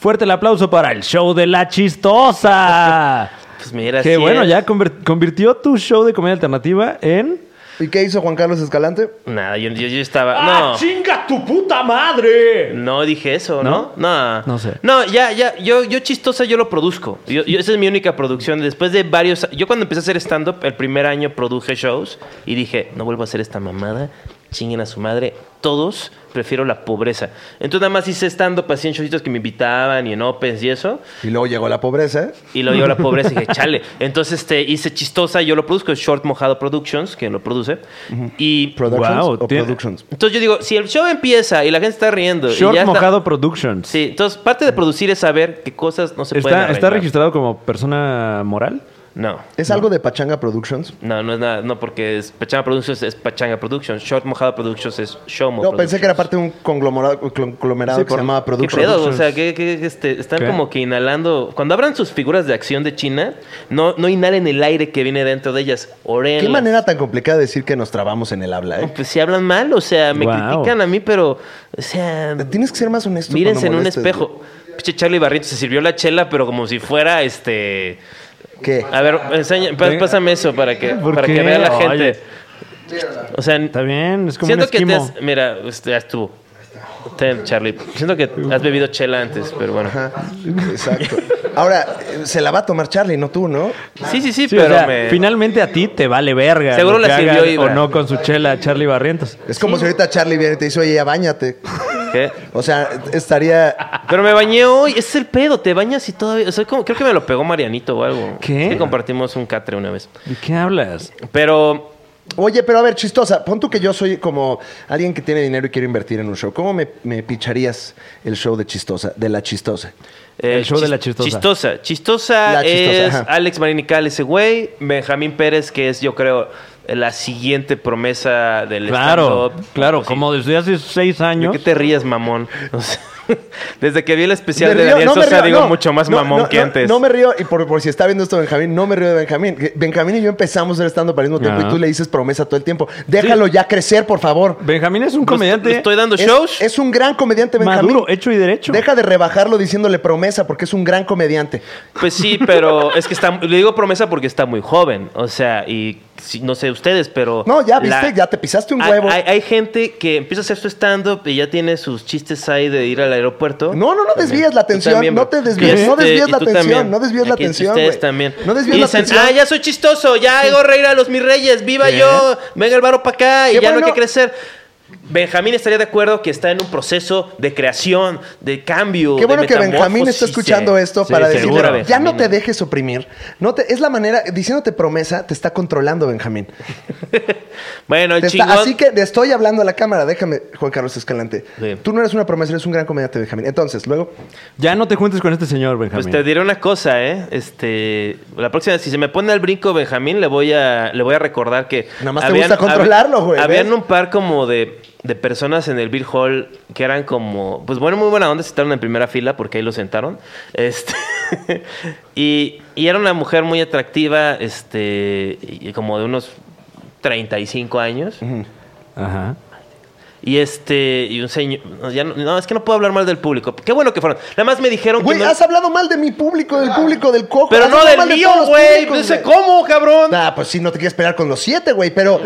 Fuerte el aplauso para el show de la chistosa. Pues mira, que así bueno, es. ya conver- convirtió tu show de comida alternativa en. ¿Y qué hizo Juan Carlos Escalante? Nada, yo, yo- yo estaba... no. ¡Ah, chinga tu puta madre! No dije eso, ¿no? No. No sé. No, ya, ya. Yo, yo chistosa, yo lo produzco. Yo- yo- esa es mi única producción. Después de varios... Yo cuando empecé a hacer stand-up, el primer año produje shows y dije, no vuelvo a hacer esta mamada. Chinguen a su madre. Todos prefiero la pobreza. Entonces nada más hice stand-up así en showcitos que me invitaban y en opens y eso. Y luego llegó la pobreza. ¿eh? Y lo dio la pobreza y dije, chale. Entonces este, hice chistosa, yo lo produzco. es Short Mojado Productions, que lo produce. Y... Productions Wow, o tiene- Productions. Entonces yo digo, si el show empieza y la gente está riendo... y Short ya está- Mojado Productions. Sí, entonces parte de producir es saber qué cosas no se pueden ¿Está, arreglar. ¿Está registrado como persona moral? No, ¿Es algo de Pachanga Productions? no, no es nada. No, porque es Pachanga Productions es Pachanga Productions. Short Mojado Productions es Show Mo No, pensé que era Productions. parte de un conglomerado, conglomerado Sí, que por- se llamaba ¿Qué Productions. pedo? O sea, que, que- que este, están ¿Qué? como que inhalando... Cuando abran sus figuras de acción de China, no, no inhalen el aire que viene dentro de ellas. Oren. Qué manera tan complicada de decir que nos trabamos en el habla, ¿eh? Pues si hablan mal, o sea, me Guau. critican a mí, pero... O sea... Tienes que ser más honesto. Mírense en cuando un molestes, espejo. Pinche Charlie Barrientos se sirvió la chela, pero como si fuera este... güey. ¿Qué? A ver, enseña, pa- Venga. pásame eso para que, ¿Por para qué? que vea la gente. Oye. Mírala. O sea, n- Está bien, es como siento un que te esquimo. has, Mira, este, ya estuvo. Ten, Charlie. Siento que has bebido chela antes, pero bueno. Ajá, Exacto. Ahora, eh, se la va a tomar Charlie, no tú, ¿no? Sí, sí, sí, Sí, pero o sea, me- finalmente a ti te vale verga. Seguro lo que la sirvió hagan Ibra. O no con su chela Charlie Barrientos. Es como si ahorita Charlie viene y te dice, oye, ya bañate. ¿Qué? O sea, estaría. Pero me bañé hoy. Ese es el pedo. Te bañas y todavía... O sea, como- creo que me lo pegó Marianito o algo. ¿Qué? Que compartimos un catre una vez. ¿De qué hablas? Pero... Oye, pero a ver, chistosa, pon tú que yo soy como alguien que tiene dinero y quiero invertir en un show. ¿Cómo me, me picharías el show de chistosa, de la chistosa? eh, El show de la chistosa. Chistosa. Chistosa La chistosa, es ajá. Alex Marinical, ese güey. Benjamín Pérez, que es, yo creo, la siguiente promesa del Claro, stand-up. claro, Sí. como desde hace seis ¿De años. qué te ríes, mamón? O sea, desde que vi el especial Me de río- Daniel no me Sosa, río, digo no, mucho más no, mamón no, que no, antes. No me río, y por, por si está viendo esto Benjamín, no me río de Benjamín. Que Benjamín y yo empezamos el stand-up al mismo tiempo Ah. Ajá. y tú le dices promesa todo el tiempo. Déjalo ya crecer, por favor. Benjamín es un comediante Le estoy dando Es- shows. Es, un gran comediante, este Benjamín. maduro, hecho y derecho. Deja de rebajarlo diciéndole promesa porque es un gran comediante. Pues sí, pero es que está. Le digo promesa porque está muy joven. O sea, y si- no sé ustedes, pero. No, ya la- viste, ya te pisaste un hay, huevo. hay- hay gente que empieza a hacer su stand-up y ya tiene sus chistes ahí de ir al aeropuerto. No, no, no También. desvíes la Tú atención, no bro. te desvíes, Y este, no desvíes y la tú atención, no desvíes la Aquí atención, Ustedes güey. también. No desvíes Y la dicen, atención. Ah, ya soy chistoso, ya hago reír a los mis reyes, viva yo, venga el varo para acá y Qué ya no hay bueno. que crecer. Benjamín estaría de acuerdo que está en un proceso de creación, de cambio. Qué de bueno que Benjamín está metamorfosis, escuchando eh. esto Sí, para decirle, seguro, ya no Benjamín. te dejes oprimir. No te, es la manera, diciéndote promesa, te está controlando Benjamín. Bueno, el Te está- chingón. así que le estoy hablando a la cámara, déjame, Juan Carlos Escalante. Sí. Tú no eres una promesa, eres un gran comediante, Benjamín. Entonces, luego, Ya no te juntes con este señor, Benjamín. Pues te diré una cosa, ¿eh? Este, la próxima, si se me pone al brinco Benjamín, le voy a, le voy a recordar que... Nada más te gusta controlarlo, güey, Habían ¿ves? un par como de, de personas en el Beer Hall que eran como... Pues bueno, muy buena onda, se sentaron en primera fila porque ahí lo sentaron. Este... y, y era una mujer muy atractiva, este, y como de unos 35 años. Ajá. Y este, y un señor... No, ya no, no, es que no puedo hablar mal del público. Qué bueno que fueron. Nada más me dijeron güey, que... no- has hablado mal de mi público, del público, del cojo. pero has no hablado del mal de mío, todos los güey. públicos, No sé güey. cómo, cabrón. Nah, pues sí, no te quieres pelear con los siete, güey, pero...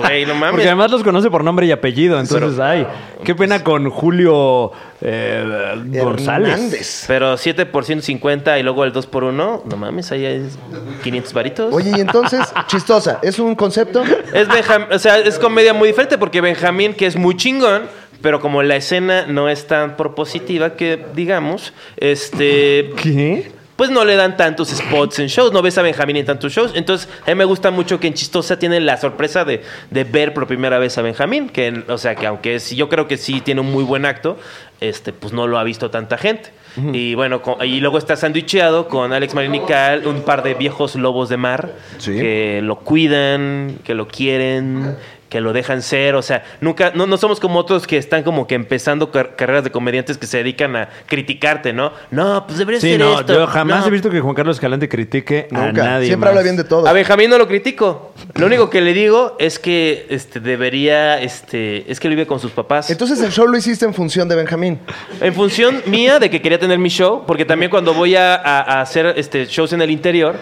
Güey, no mames. Porque además los conoce por nombre y apellido, entonces, ay, qué Pues- pena con Julio eh, González. Hernández. Pero 7 por 150 y luego el 2 por 1 no mames, ahí es 500 varitos. Oye, y entonces, chistosa, ¿es un concepto? Es Benjam- o sea, es comedia muy diferente porque Benjamín, que es muy chingón, pero como la escena no es tan propositiva que digamos, este... ¿Qué? pues no le dan tantos spots en shows. No ves a Benjamín en tantos shows. Entonces, a mí me gusta mucho que en Chistosa tienen la sorpresa de, de ver por primera vez a Benjamín. Que, o sea, que aunque es- yo creo que sí tiene un muy buen acto, este, pues no lo ha visto tanta gente. Y bueno, con- y luego está sandwicheado con Alex Marinical, un par de viejos lobos de mar Sí. que lo cuidan, que lo quieren, que lo dejan ser. O sea, nunca, no, no somos como otros que están como que empezando car- carreras de comediantes que se dedican a criticarte, ¿no? No, pues deberías Sí, ser no, esto. yo jamás No. he visto que Juan Carlos Escalante critique a Nunca. nadie. Siempre más. habla bien de todo. A Benjamín no lo critico. Lo único que le digo es que este, debería, este, es que él vive con sus papás. Entonces el show lo hiciste en función de Benjamín. En función mía de que quería tener mi show, porque también cuando voy a, a- a hacer este, shows en el interior,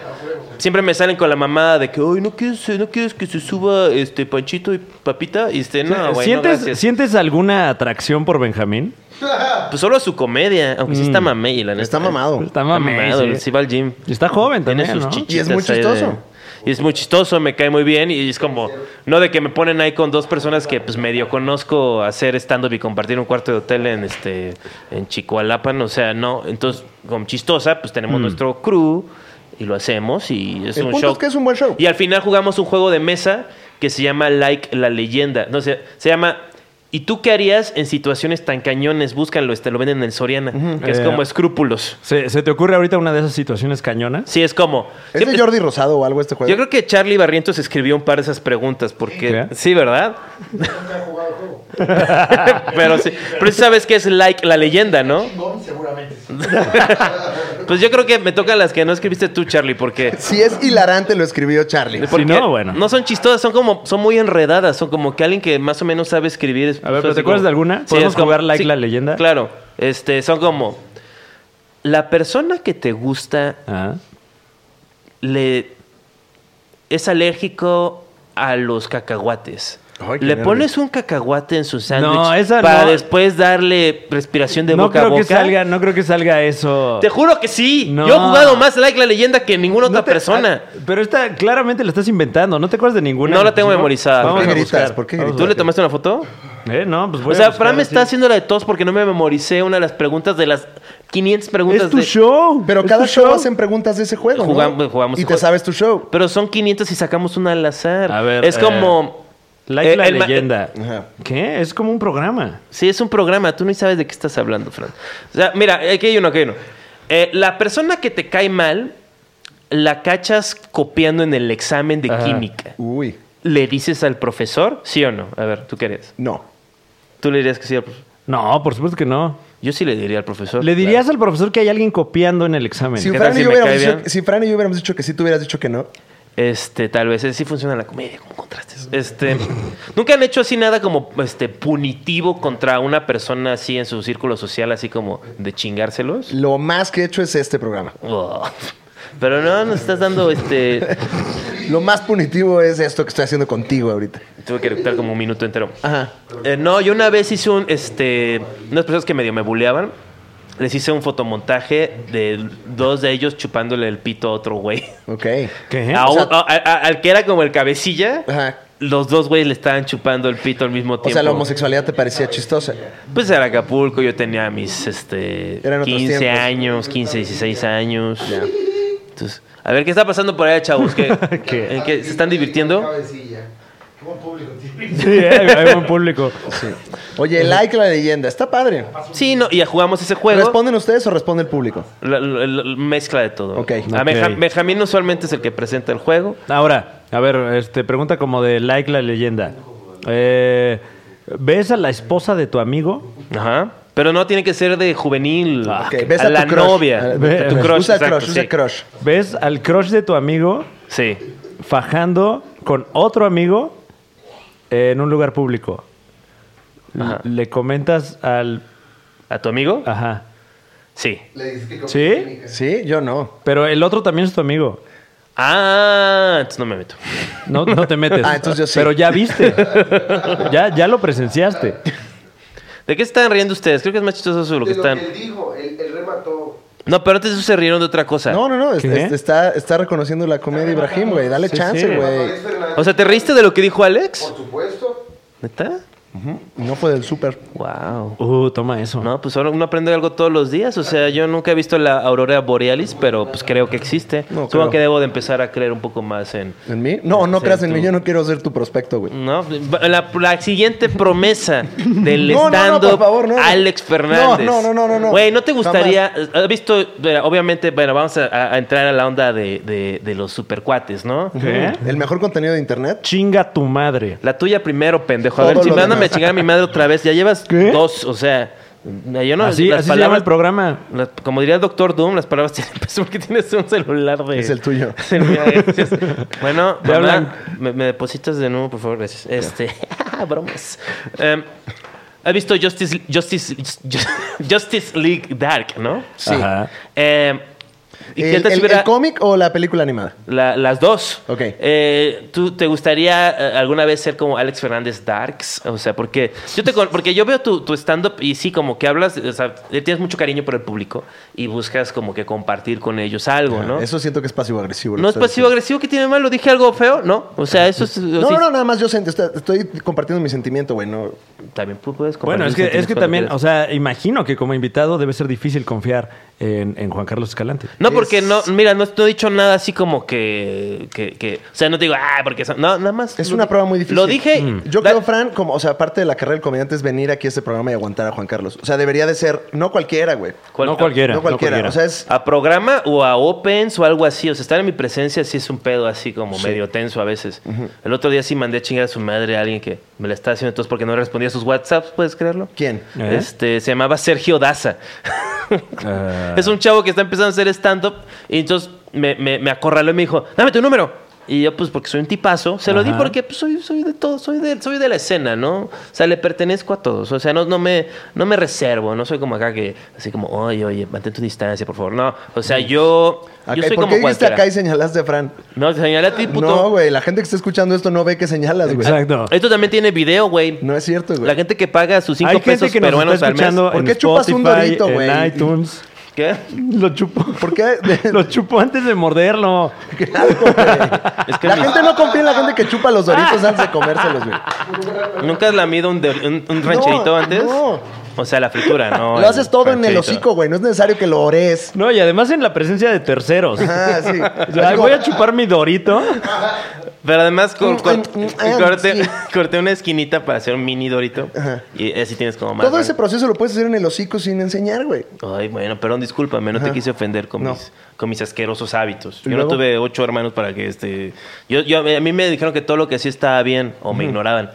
siempre me salen con la mamada de que, hoy no quieres, no quieres que se suba este Panchito y Papita. Y este, no, güey, no, ¿Sientes, gracias". ¿Sientes alguna atracción por Benjamín? Pues solo su comedia, aunque sí está mamey, la neta. Está mamado. Mm. Pues, Está mamado. sí. va al gym. Y está joven Tiene también, sus ¿no? chichitas Y es muy ahí de- chistoso. Y es muy chistoso, me cae muy bien. Y es como, no de que me ponen ahí con dos personas que pues medio conozco hacer stand-up y compartir un cuarto de hotel en este en Chicoalapan. O sea, no. Entonces, con chistosa, pues Mm. tenemos nuestro crew y lo hacemos. Y es El un punto show. es que es un buen show. Y al final jugamos un juego de mesa que se llama Like la leyenda. No sé, se llama. ¿Y tú qué harías en situaciones tan cañones? Búscalo, este, lo venden en el Soriana, que es Eh, como escrúpulos. ¿Se, se te ocurre ahorita una de esas situaciones cañonas? Sí, es como. ¿Es siempre- de Jordi Rosado o algo este juego? yo creo que Charlie Barrientos escribió un par de esas preguntas porque ¿Qué? sí, ¿verdad? pero sí, pero sí sabes que es like la leyenda, ¿no? seguramente. pues yo creo que me tocan las que no escribiste tú, Charlie, porque Si es hilarante, lo escribió Charlie. porque Si no, bueno. no son chistosas, son como son muy enredadas, son como que alguien que más o menos sabe escribir. es- A ver, es ¿pero te así acuerdas como- de alguna? ¿Podemos es como- jugar like la leyenda? Claro. Este, son como la persona que te gusta Ah. le es alérgico a los cacahuates. Ay, qué le nervios. pones un cacahuate en su sándwich No, esa para no. después darle respiración de No boca a creo boca. que salga, no creo que salga eso. Te juro que sí. No. Yo he jugado más like la leyenda que ninguna No otra te- persona. ah, Pero esta claramente la estás inventando, no te acuerdas de ninguna. No la tengo ¿No? memorizada. Vamos ¿Por qué a gritas? buscar. Ah, ¿Por qué Vamos a ¿Tú le tomaste una foto? buscar. Eh, no, pues voy o a sea, buscar, Fran me sí. está haciendo la de tos porque no me memoricé una de las preguntas de las 500 preguntas Es tu de- show. Pero es tu cada show, hacen preguntas de ese juego. ¿no? Jugamos- jugamos Y el te juego. sabes tu show. Pero son 500 y sacamos una al azar. A ver, es eh, como Like eh, la el ma- leyenda. Ajá. ¿Qué? Es como un programa. Sí, es un programa, tú no sabes de qué estás hablando, Fran. O sea, mira, aquí hay uno, aquí hay uno. Eh, la persona que te cae mal, la cachas copiando en el examen de Ajá. química. Uy, ¿Le dices al profesor, sí o no? A ver, ¿tú qué harías? no. ¿Tú le dirías que sí al profesor? No, por supuesto que no. Yo sí le diría al profesor. Le dirías al profesor que hay alguien copiando en el examen. Si ¿qué Fran, tal si y yo me hubiéramos cae dicho- bien? si Fran y yo hubiéramos dicho que sí, tú hubieras dicho que no. Este, tal vez, así funciona la comedia, como contrastes. Este, nunca han hecho así nada como este punitivo contra una persona así en su círculo social, así como de chingárselos. Lo más que he hecho es este programa. Oh. Pero no, nos estás dando este. Lo más punitivo es esto que estoy haciendo contigo ahorita. Tuve que eructar como un minuto entero. Ajá. Eh, no, yo una vez hice un, este, unas personas que medio me buleaban. Les hice un fotomontaje de dos de ellos chupándole el pito a otro güey. Ok. ¿Qué? A O sea- Ah, un- a- a- al que era como el cabecilla, Ajá. los dos güeyes le estaban chupando el pito al mismo O tiempo. sea, la homosexualidad te parecía chistosa. Pues era Acapulco, yo tenía mis este, Eran otros 15 tiempos. años, 15, 16 años. Entonces, a ver, ¿qué está pasando por allá, chavos? ¿Qué, ¿Qué? en qué- ¿Se están divirtiendo? Cabecilla. Qué buen público tiene. Sí, eh, hay buen público. Oye, like la leyenda. Está padre. Sí, no, y jugamos ese juego. ¿Responden ustedes o responde el público? La, la- la- mezcla de todo. Ok. A Benja- Ok. Benjamín usualmente es el que presenta el juego. Ahora, a ver, este, pregunta como de like la leyenda. Eh, ¿Ves a la esposa de tu amigo? Ajá. Pero no tiene que ser de juvenil. Ah, Ok, ves a, a la tu crush. Ah, novia. A- Ve- tu crush. usa exacto, crush, usa sí. crush. ¿Ves al crush de tu amigo Sí. fajando con otro amigo eh, en un lugar público? L- Ajá. Le comentas al... ¿A tu amigo? Ah. Ajá. Sí. Le dices que ¿Sí? Sí, yo no. Pero el otro también es tu amigo. Ah, entonces no me meto. No, no te metes. Ah, entonces yo sí. Pero ya viste. ya, ya lo presenciaste. ¿De qué están riendo ustedes? Creo que es más chistoso eso de lo que De lo que están. él dijo, él, él remató. No, pero antes de eso se rieron de otra cosa. No, no, no. es- ¿Qué? es- está, está reconociendo la comedia Ibrahim, güey. Dale Sí, chance, sí. güey. Alex Fernández, O sea, ¿te reíste de lo que dijo Alex? por supuesto, ¿Neta? No fue del súper. Wow. Uh, toma eso. No, pues ahora uno aprende algo todos los días. O sea, yo nunca he visto la aurora borealis, pero pues creo que existe. No, Supongo claro. que debo de empezar a creer un poco más en... ¿En mí? No, no Sí, creas en tú. mí. Yo no quiero ser tu prospecto, güey. No, la, la siguiente promesa del No, no, no, stand-up por favor, no. Alex Fernández. No, no, no, no, no. Güey, ¿no te gustaría? ¿Has visto? Mira, Obviamente, bueno, vamos a, a entrar a la onda de, de, de los supercuates, ¿no? ¿Qué? El mejor contenido de internet. ¿Eh? Chinga tu madre. La tuya primero, pendejo. A Todo ver, si lo me andan a demás. chingar a mi madre otra vez, ya llevas ¿Qué? dos, o sea, yo no. así las así se llama el programa. las- como diría el doctor Doom, las palabras tienen peso porque tienes un celular de. Es el tuyo. Es el mío, gracias. bueno, Te mamá, hablan. Me, me depositas de nuevo, por favor, gracias. Este, bromas. Em, ¿Has visto Justice, Justice, Justice League Dark, no? Sí. Ajá. Em, ¿Y qué ¿El, tal si Ah. Eh, el- hubiera el cómic o la película animada? la- las dos? Ok. Eh, ¿Tú te gustaría eh, alguna vez ser como Alex Fernández Darks? O sea, porque yo, te, con- porque yo veo tu, tu stand-up y sí, como que hablas, o sea, le tienes mucho cariño por el público y buscas como que compartir con ellos algo, ¿no? Ah, Eso siento que es pasivo-agresivo. lo ¿No que es estás diciendo. pasivo-agresivo? ¿Qué tiene de malo? ¿Dije algo feo? No. O sea, eso es. No, no, no, nada más yo sent- está- estoy compartiendo mi sentimiento, güey. No, También pu- puedes Bueno, es que, es que también, o sea, imagino que como invitado debe ser difícil confiar en, en Juan Carlos Escalante. No, porque no, mira, no, no he dicho nada así como que, que, que- O sea, no te digo, ah, porque. son-". No, nada más. es lo una di- prueba muy difícil. Mm. Lo dije. Yo la- creo, Fran, como, o sea, parte de la carrera del comediante es venir aquí a este programa y aguantar a Juan Carlos. O sea, debería de ser, no cualquiera, güey. cual- no cualquiera. no cualquiera. O sea, es. A programa o a opens o algo así. O sea, estar en mi presencia sí es un pedo así como medio tenso a veces. El otro día sí mandé a chingar a su madre a alguien que me la está haciendo entonces porque no le respondía a sus WhatsApps, ¿puedes creerlo? ¿Quién? ¿Eh? Este, se llamaba Sergio Daza. Ah. Es un chavo que está empezando a hacer stand-up y entonces me, me- me acorraló y me dijo, dame tu número. Y yo, pues, porque soy un tipazo, se lo di Ajá. porque pues, soy, soy de todo, soy de, soy de la escena, ¿no? O sea, le pertenezco a todos. O sea, no, no, me, no me reservo, no soy como acá que, así como, oye, oye, mantén tu distancia, por favor. No, o sea, yo, yo Acá, soy ¿Por como qué dijiste cualquiera. acá y señalaste a Fran? No, te señalé a ti, puto. No, güey. La gente que está escuchando esto no ve que señalas, güey. Exacto. Esto también tiene video, güey. No es cierto, güey. La gente que paga sus cinco Hay gente pesos que nos peruanos está al mes. escuchando ¿Por en qué chupas un Spotify, dorito, en güey? iTunes. ¿Qué? Lo chupo. ¿Por qué? Lo chupo antes de morderlo. Claro, güey. Es que La mi- gente no confía en la gente que chupa los doritos antes de comérselos, güey. ¿Nunca has lamido un, de- un- un rancherito antes? no. O sea, la fritura, no. Lo haces todo en el rancherito. hocico, güey. No es necesario que lo ores. No, y además en la presencia de terceros. Ah, sí. O sea, voy a chupar mi dorito. Pero además cor- Mm, cor- mm, mm, corté, sí. corté una esquinita para hacer un mini dorito. Ajá. Y así tienes como más. Todo ese proceso lo puedes hacer en el hocico sin enseñar, güey. Ay, bueno, perdón, discúlpame, no te quise ofender con, No. mis, con mis asquerosos hábitos. ¿Y Yo no luego? tuve ocho hermanos para que este. Yo, yo- a mí me dijeron que todo lo que sí estaba bien o me ignoraban.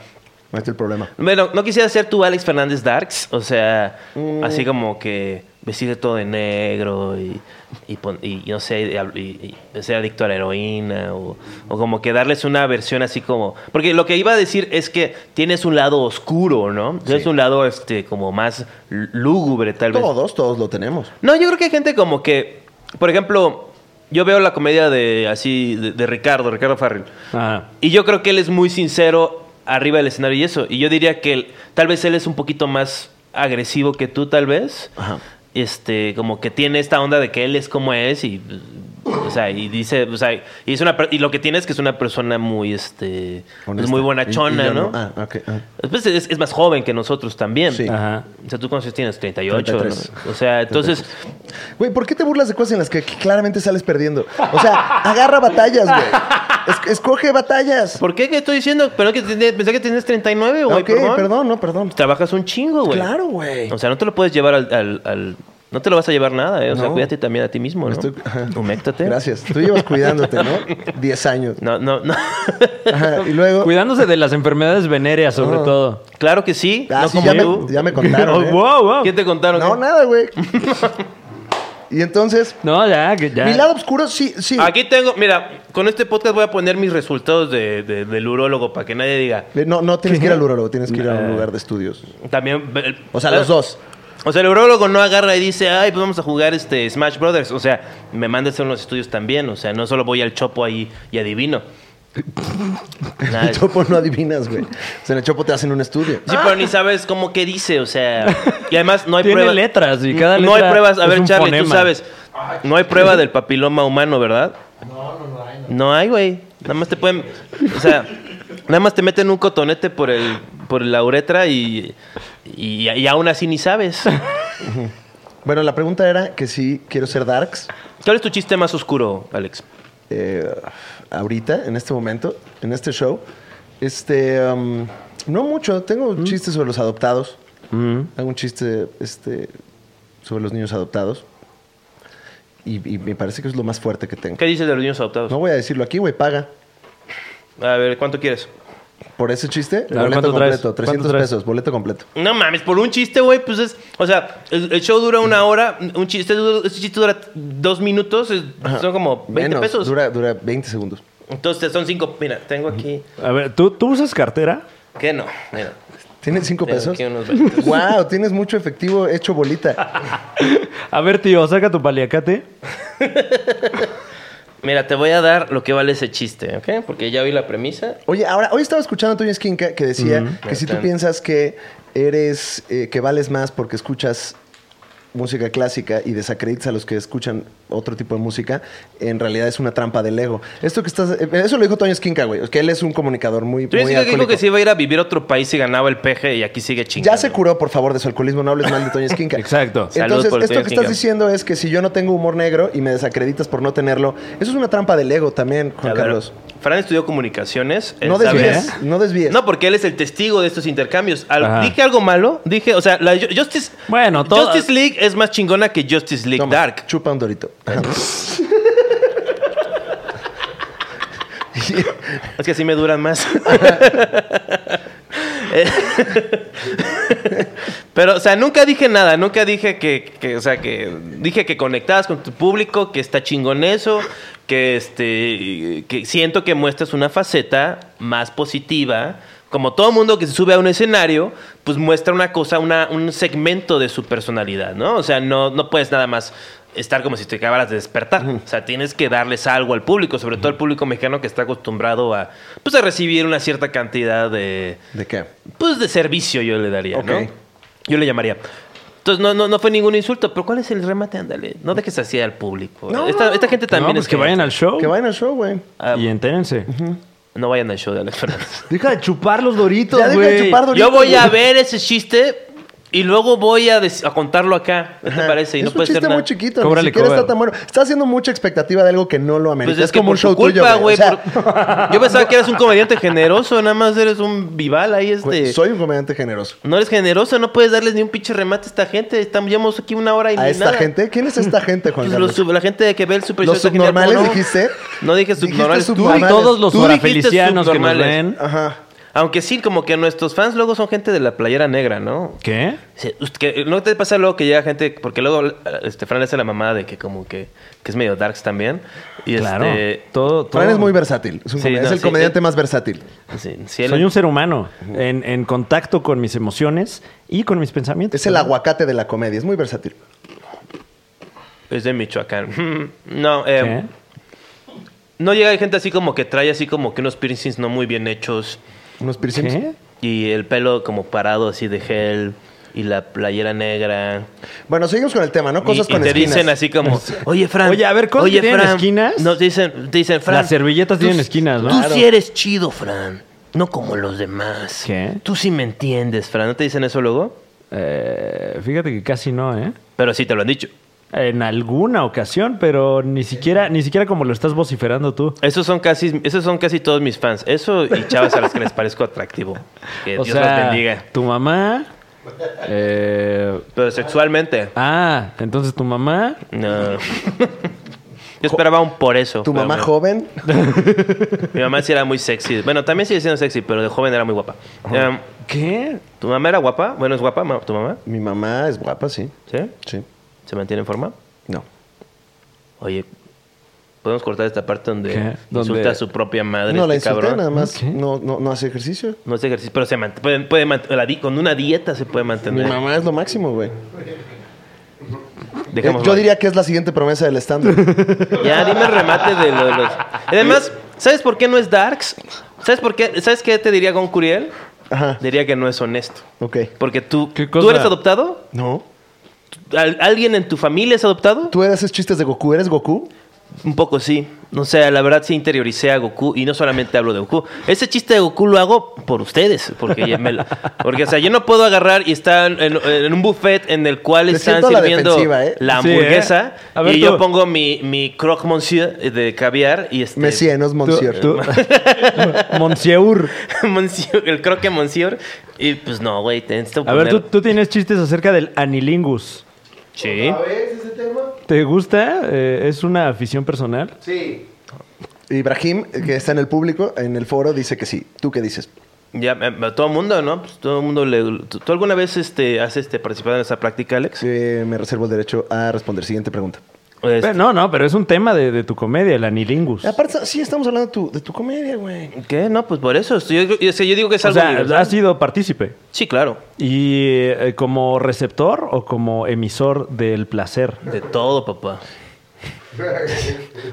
Ahí está el problema. Bueno, no quisiera ser tú Alex Fernández Darks, o sea, así como que vestirte todo de negro y, y, pon- y- y no sé, y- y- y ser adicto a la heroína o, o como que darles una versión así como... Porque lo que iba a decir es que tienes un lado oscuro, ¿no? Tienes un lado este como más l- lúgubre tal vez. Todos, todos lo tenemos. No, yo creo que hay gente como que, por ejemplo, yo veo la comedia de así de, de Ricardo, Ricardo Farrell. Ah, Y yo creo que él es muy sincero arriba del escenario y eso. Y yo diría que él- tal vez él es un poquito más agresivo que tú, tal vez. Ajá. Este, como que tiene esta onda de que él es como es y. O sea, y dice, o sea, y, es una, per- y lo que tiene es que es una persona muy, este, pues Honesta. muy Y- bonachona, y yo ¿no? Ah, ok. ah. Pues es, es más joven que nosotros también. Sí. ajá. O sea, ¿tú cuántos años tienes? 38. 33. ¿no? O sea, entonces, Güey, ¿por qué te burlas de cosas en las que claramente sales perdiendo? O sea, agarra batallas, güey. Es- escoge batallas. ¿por qué que estoy diciendo? Pero que tenías- pensé que tienes 39, güey. ok, perdón, no, perdón. Trabajas un chingo, güey. Claro, güey. O sea, no te lo puedes llevar al... al- al- no te lo vas a llevar nada, ¿eh? O sea, No. cuídate también a ti mismo, ¿no? Estoy- Huméctate. Gracias. Tú llevas cuidándote, ¿no? Diez años. No, no, no. Ajá, y luego. Cuidándose de las enfermedades venéreas, sobre todo. claro que sí. Ah, no sí, como ya, tú. me, ya me contaron. Oh, ¿eh? wow, wow. ¿Qué te contaron? eh? No, nada, güey. Y entonces, No, ya, que ya. mi lado oscuro, sí, sí. Aquí tengo... Mira, con este podcast voy a poner mis resultados de- de- del urólogo para que nadie diga... Eh, No, no tienes que ir al urólogo, tienes que ir a un lugar de estudios. También... O sea, Ah. los dos. O sea, el urólogo no agarra y dice, ay, pues vamos a jugar este Smash Brothers. O sea, me manda a hacer unos estudios también. O sea, no solo voy al chopo ahí y adivino. Nada, El Ah. chopo no adivinas, güey. O sea, en el chopo te hacen un estudio. Sí, pero ni sabes cómo que dice, o sea. Y además no hay Tiene pruebas. letras y cada No hay letra pruebas. A es ver, un Charlie, tú fonema. sabes. No hay prueba del papiloma humano, ¿verdad? No, no, no hay. No hay, güey. Nada más te pueden. O sea, nada más te meten un cotonete por el, por la uretra y, y, y aún así ni sabes. Bueno, la pregunta era que si quiero ser darks ¿Cuál es tu chiste más oscuro, Alex? eh, ahorita, en este momento, en este show. Este, um, no mucho. Tengo Mm. chistes sobre los adoptados. Hago un chiste este, sobre los niños adoptados. Y, y me parece que es lo más fuerte que tengo. ¿Qué dices de los niños adoptados? No voy a decirlo aquí, güey, paga. A ver, ¿cuánto quieres? Por ese chiste, ver, boleto ¿cuánto traes? completo, ¿Cuánto 300 traes? pesos, boleto completo. No mames, por un chiste, güey, pues es. O sea, el, el show dura una hora, un chiste, este chiste dura dos minutos, es- son como 20 Menos, pesos. Dura, dura 20 segundos. Entonces son cinco. Mira, tengo aquí. A ver, ¿tú, ¿tú usas cartera? ¿Qué no? Mira, ¿Tienes 5 tengo pesos? aquí unos 20. Wow, tienes mucho efectivo hecho bolita. A ver, tío, saca tu paliacate. Mira, te voy a dar lo que vale ese chiste, ¿ok? Porque ya vi la premisa. Oye, ahora, hoy estaba escuchando a Toño Esquinca que decía que si tú Bastante. piensas que eres, eh, que vales más porque escuchas música clásica y desacreditas a los que escuchan otro tipo de música, en realidad es una trampa del ego. Esto que estás, eh, eso lo dijo Toño Esquinca, güey, que él es un comunicador muy, Tú muy dices que dijo alcohólico. que se iba a ir a vivir a otro país y ganaba el peje y aquí sigue chingando. Ya se curó, por favor, de su alcoholismo. No hables mal de Toño Esquinca. Exacto. Salud Entonces, por el esto que Toño estás Esquinca. diciendo es que si yo no tengo humor negro y me desacreditas por no tenerlo, eso es una trampa del ego también, Juan A ver, Carlos. Fran estudió comunicaciones. él No ¿eh? sabe- desvíes, no desvíes. Eh, No, porque él es el testigo de estos intercambios. Al- Ajá. dije algo malo, dije, o sea, la Ju- Justice, Bueno, todo- Justice League es más chingona que Justice League Toma, Dark. Chupa un dorito. Ajá. Es que así me duran más. Eh, Pero, o sea, nunca dije nada, nunca dije que, que, o sea, que dije que conectabas con tu público, que está chingón eso, que este, que siento que muestras una faceta más positiva. Como todo mundo que se sube a un escenario, pues muestra una cosa, una, un segmento de su personalidad, ¿no? O sea, no, no puedes nada más estar como si te acabaras de despertar. O sea, tienes que darles algo al público, sobre todo al público mexicano que está acostumbrado a, pues, a recibir una cierta cantidad de, ¿De qué? pues de servicio yo le daría, Ok. ¿no? Yo le llamaría. Entonces no, no, no fue ningún insulto, pero ¿cuál es el remate? Ándale, no dejes así al público. No, esta, no, esta gente también no, pues es que vayan al show Que vayan al show, güey. Ah, y entérense. No vayan al show de Alex Fernández. Deja de chupar los doritos, Ya deja de güey. chupar doritos. yo voy a güey. ver ese chiste y luego voy a, des- a contarlo acá. ¿Qué te parece? Y es no un puede chiste ser nada. muy chiquito, Cóbrale, ni siquiera cobra. está tan bueno. Está haciendo mucha expectativa de algo que no lo amerita. Pues es, es que como por un show tu culpa, tuyo, güey. güey. O sea, por- Yo pensaba que eras un comediante generoso, nada más eres un vival ahí este. güey, soy un comediante generoso. No eres generoso, no puedes darles ni un pinche remate a esta gente. Estamos llevamos aquí una hora y ¿A ni esta nada. gente? ¿quién es esta gente, Juan Pues Carlos? los sub- la gente que ve el Super ¿Los Show está genial, subnormales ¿cómo no? dijiste? No dije Dijiste subnormales. Tú- Tú y subnormales. todos los Tú dijiste parafelicianos que nos subnormales. ven. Ajá. Aunque sí, como que nuestros fans luego son gente de la playera negra, ¿no? ¿Qué? Sí, ust- que- ¿No te pasa luego que llega gente? Porque luego eh, este, Fran le hace la mamada de que como que, que es medio darks también. Y Claro. este, todo, todo. Fran es muy versátil. Es, un Sí, comedi- no, es el sí, comediante eh. más versátil. sí, sí, él- Soy un ser humano en, en contacto con mis emociones y con mis pensamientos. Es el aguacate de la comedia. Es muy versátil. es de Michoacán. no, eh, no llega gente así como que trae así como que unos piercings no muy bien hechos. Unos ¿Qué? piercings. ¿Qué? Y el pelo como parado así de gel. Y la playera negra. Bueno, seguimos con el tema, ¿no? Cosas y, y con te esquinas. dicen así como, oye, Fran. Oye, a ver, ¿cosas que tienen esquinas? No, te dicen, te dicen, Fran. Las servilletas tú tienen s- esquinas, ¿no? Tú Claro. sí eres chido, Fran. No como los demás. ¿Qué? Tú sí me entiendes, Fran. ¿No te dicen eso luego? Eh, fíjate que casi no, ¿eh? Pero sí te lo han dicho. En alguna ocasión, pero ni siquiera, ni siquiera como lo estás vociferando tú. Esos son casi, esos son casi todos mis fans. Eso y chavas a las que les parezco atractivo. Que O Dios sea, las bendiga. Tu mamá. eh, Pero sexualmente, ah, entonces tu mamá. no. Yo esperaba un por eso. Tu pero mamá bueno. joven. Mi mamá sí era muy sexy. Bueno, también sigue siendo sexy, pero de joven era muy guapa. Em, ¿Qué? ¿Tu mamá era guapa? Bueno, ¿es guapa ma- tu mamá? Mi mamá es guapa, sí. ¿Sí? Sí. ¿Se mantiene en forma? No. Oye, ¿podemos cortar esta parte donde ¿Qué? ¿Dónde- insulta a su propia madre No la este insulté, cabrón? nada más. Ok. No, no, no hace ejercicio. No es ejercicio, pero se mant- puede, puede mant- la di- con una dieta se puede Mi mantener. mamá es lo máximo, güey. Eh, Dejémoslo Yo ahí. diría que es la siguiente promesa del stand Ya, dime el remate de lo de los... Además, ¿sabes por qué no es Darks? ¿Sabes por qué? ¿Sabes qué te diría Gon Curiel? Ajá. Diría que no es honesto. Ok. Porque tú... ¿Qué ¿Tú cosa? eres adoptado? No. ¿Al- ¿Alguien en tu familia es adoptado? ¿Tú haces chistes de Goku? ¿Eres Goku? Un poco sí. No sé, la verdad sí interioricé a Goku y no solamente hablo de Goku. Ese chiste de Goku lo hago por ustedes, porque ya me lo- porque o sea, yo no puedo agarrar y están en, en un buffet en el cual Me están siento a la sirviendo la, defensiva, ¿eh? Sí, ¿eh? hamburguesa A ver, y tú. yo pongo mi mi croque monsieur de caviar y este Mecienos, Tú- monsieur. tú- Monsieur. monsieur- el croque monsieur y pues no, güey, te necesito A ver, tú, poner- tú tienes chistes acerca del anilingus. Sí. ¿A ves ese tema? ¿Te gusta? Eh, ¿Es una afición personal? Sí. Ibrahim, que está en el público, en el foro, dice que sí. ¿Tú qué dices? Ya, eh, a todo mundo, ¿no? Pues todo mundo le... ¿Tú, tú alguna vez este, has este, participado en esa práctica, Alex? Eh, me reservo el derecho a responder. Siguiente pregunta. Este, Pero no, no, pero es un tema de, de tu comedia, el Pues, anilingus. O Aparte, Ah, sí, estamos hablando de tu, de tu comedia, güey. ¿Qué? No, pues por eso. Estoy- Yo, yo- o sea, yo digo que es algo... sea, universal. has sido partícipe. Sí, claro. ¿Y eh, como receptor o como emisor del placer? De todo, papá.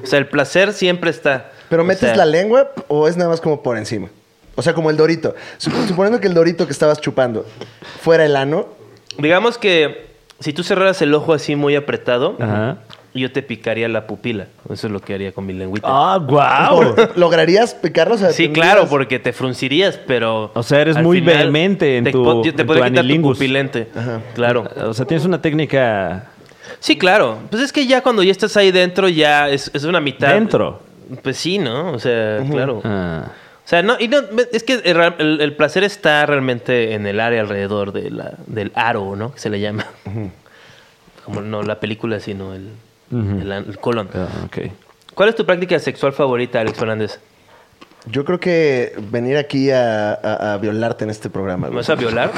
O sea, el placer siempre está. ¿Pero O metes sea, la lengua o es nada más como por encima? O sea, como el dorito. Sup- Suponiendo que el dorito que estabas chupando fuera el ano, Digamos que si tú cerraras el ojo así muy apretado, Ajá. yo te picaría la pupila. Eso es lo que haría con mi lengüita. ¡Ah, guau! ¿lo- ¿lograrías picarlo? O sea, Sí, tendrías- claro, porque te fruncirías, pero... O sea, eres al muy final vehemente en te tu- po- Yo te en podría tu quitar tu anilingus. pupilente. Claro. O sea, tienes una técnica... Sí, claro. Pues es que ya cuando ya estás ahí dentro, ya es, es una mitad. ¿Dentro? Pues sí, ¿no? O sea, claro. ah. O sea, no, y no, es que el, ra- el- el placer está realmente en el área alrededor de la- del aro, ¿no? Que se le llama. Como no la película, sino el, el an- el colon. Ah, ok. ¿Cuál es tu práctica sexual favorita, Alex Fernández? Yo creo que venir aquí a, a- a violarte en este programa. ¿Me güey, vas a violar?